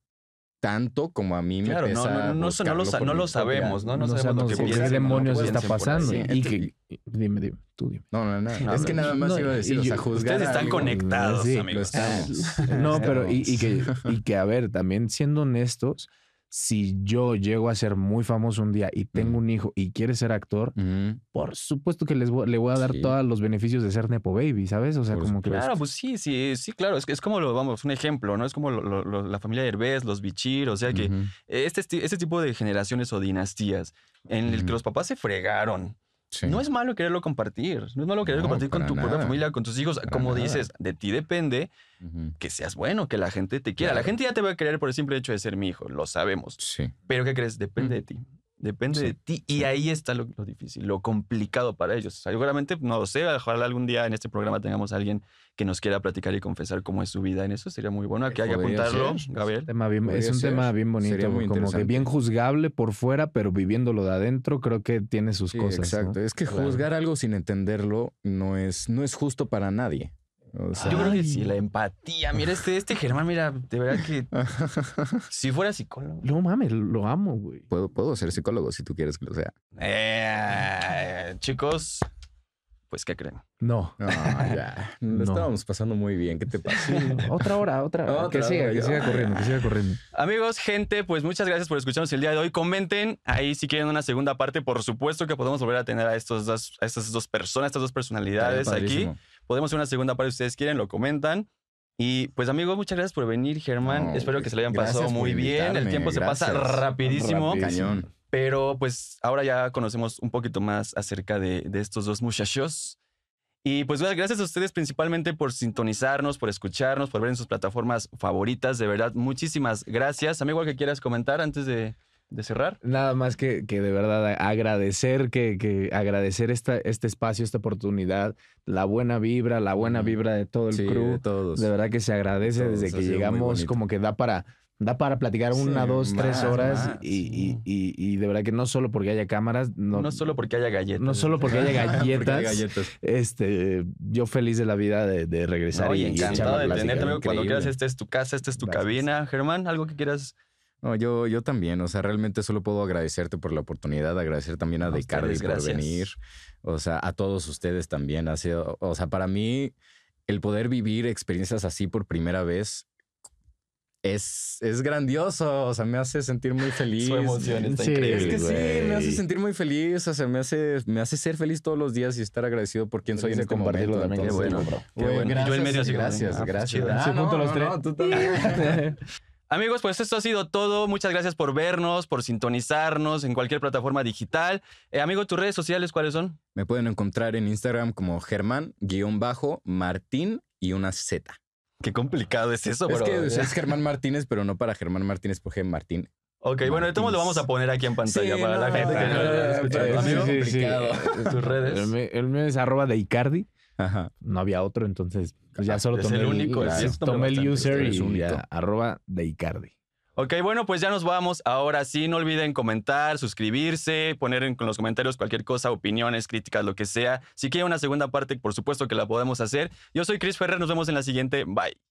tanto como a mí Claro, me no, pesa. no, no, eso no lo, buscarlo sa- por no mi lo propia- sabemos, ¿no? No, no sabemos, lo que sabemos qué piensan, lo que demonios piensan está por ahí. pasando. Sí, y entonces- que, dime, dime, tú dime. No, no, no. no, es que no, nada más no, iba a decir, y o sea, yo- juzgar Ustedes a están e-, alguien- conectados, Sí, lo Lo amigos. estamos. No, pero y, y que, y que, a ver, también siendo honestos, si yo llego a ser muy famoso un día y tengo Mm. un hijo y quiere ser actor, Ujú. por supuesto que les voy- le voy a dar Sí. todos los beneficios de ser Nepo Baby, ¿sabes? O sea, Por como que. Claro, pues sí, sí, sí, claro. Es, que- es como lo, vamos, un ejemplo, ¿no? Es como lo- lo- lo- la familia Herbés, los Bichir, o sea que Ujú. este, esti- este tipo de generaciones o dinastías en el que Ujú. los papás se fregaron. Sí. No es malo quererlo compartir. No es malo querer No, compartir con para tu propia nada. familia, con tus hijos. Para Como nada. dices, de ti depende Ujú. que seas bueno, que la gente te quiera. La Claro. gente ya te va a querer por el simple hecho de ser mi hijo, lo sabemos. Sí. Pero ¿qué crees? Depende Mm. de ti. Depende Sí, de ti. Y ahí está lo, lo difícil, lo complicado para ellos. O sea, seguramente, no lo sé, ojalá algún día en este programa tengamos a alguien que nos quiera platicar y confesar cómo es su vida. En eso sería muy bueno. Aquí hay que Podría apuntarlo, ser. Gabriel. tema bien- es Podría un ser. tema bien bonito, Sería muy como que interesante. bien juzgable por fuera, pero viviéndolo de adentro, creo que tiene sus Sí, cosas. ¿no? exacto. Es que Claro. juzgar algo sin entenderlo no es, no es justo para nadie. O sea, Yo creo que Ay. sí, la empatía. Mira, este, este Germán, mira, de verdad que si fuera psicólogo. No mames, lo amo, güey. puedo, puedo ser psicólogo si tú quieres que lo sea. Eh, chicos, pues, ¿qué creen? No. No, Ah, ya. Lo No. estábamos pasando muy bien. ¿Qué te pasa? Otra hora, otra hora. Otra que siga, hora, que ya. siga corriendo, que siga corriendo. Amigos, gente, pues muchas gracias por escucharnos el día de hoy. Comenten ahí si quieren una segunda parte. Por supuesto que podemos volver a tener a, estos dos, a estas dos personas, estas dos personalidades aquí. Padrísimo. Podemos hacer una segunda parte si ustedes quieren, lo comentan. Y pues amigos, muchas gracias por venir, Germán. No, pues, Espero que se le hayan gracias pasado por muy bien. El invitarme, tiempo se gracias. pasa rapidísimo, Rapidísimo. Cañón. pero pues ahora ya conocemos un poquito más acerca de, de estos dos muchachos. Y pues gra- gracias a ustedes principalmente por sintonizarnos, por escucharnos, por ver en sus plataformas favoritas. De verdad, muchísimas gracias. Amigo, ¿algo que quieras comentar antes de, de cerrar? Nada más que, que de verdad a- agradecer que, que agradecer esta, este espacio, esta oportunidad, la buena vibra, la buena Ujú. vibra de todo el Sí, crew. de todos. De verdad que se agradece Todos, desde ha que sido muy llegamos, bonito. como que da para, da para platicar Sí, una, dos, tres más, horas. más, y, sí. y- y- y de verdad que no solo porque haya cámaras, no, No, solo porque haya galletas. no solo porque haya galletas. Porque hay galletas. Este, yo feliz de la vida de, de regresar No, y, y y encantado echar la de plática. tenerte, amigo. Cuando increíble. quieras, esta es tu casa, esta es tu Gracias. cabina. Germán, ¿algo que quieras? No, yo, yo también. O sea, realmente solo puedo agradecerte por la oportunidad, agradecer también A a Decardi ustedes, por gracias. venir. O sea, a todos ustedes también. Ha sido, o sea, para mí, el poder vivir experiencias así por primera vez es, es grandioso. O sea, me hace sentir muy feliz. Su emoción está Sí. Es increíble. que sí, me hace güey. sentir muy feliz, o sea, me hace, me hace ser feliz todos los días y estar agradecido por quien soy en Feliz de este compartirlo momento. también, qué entonces, bueno. güey, Qué bueno. Y yo en medio así como de, ah, gracias, pues, gracias. chido. Ah, Sí, no, punto los no, tres. no, tú también. Amigos, pues esto ha sido todo. Muchas gracias por vernos, por sintonizarnos en cualquier plataforma digital. Eh, amigo, ¿tus redes sociales cuáles son? Me pueden encontrar en Instagram como Germán-Martín y una Z. Qué complicado es eso, Es bro. que o sea, es Germán Martínez, pero no para Germán Martínez, porque Martín. ok, bueno, de todos modos lo vamos a poner aquí en pantalla Sí, para la no, gente que no, no lo haya no, escuchado. pero sí, Amigo, sí. complicado. tus El, redes. mío- el mío es arroba de Icardi. Ajá. No había otro, entonces pues ya Ah, solo es tomé el único, el, sí, es tomé el bastante, user es y único. ya, arroba de Icardi. Ok, bueno, pues ya nos vamos. Ahora sí, no olviden comentar, suscribirse, poner en con los comentarios cualquier cosa, opiniones, críticas, lo que sea. Si quieren una segunda parte, por supuesto que la podemos hacer. Yo soy Chris Ferrer, nos vemos en la siguiente. Bye.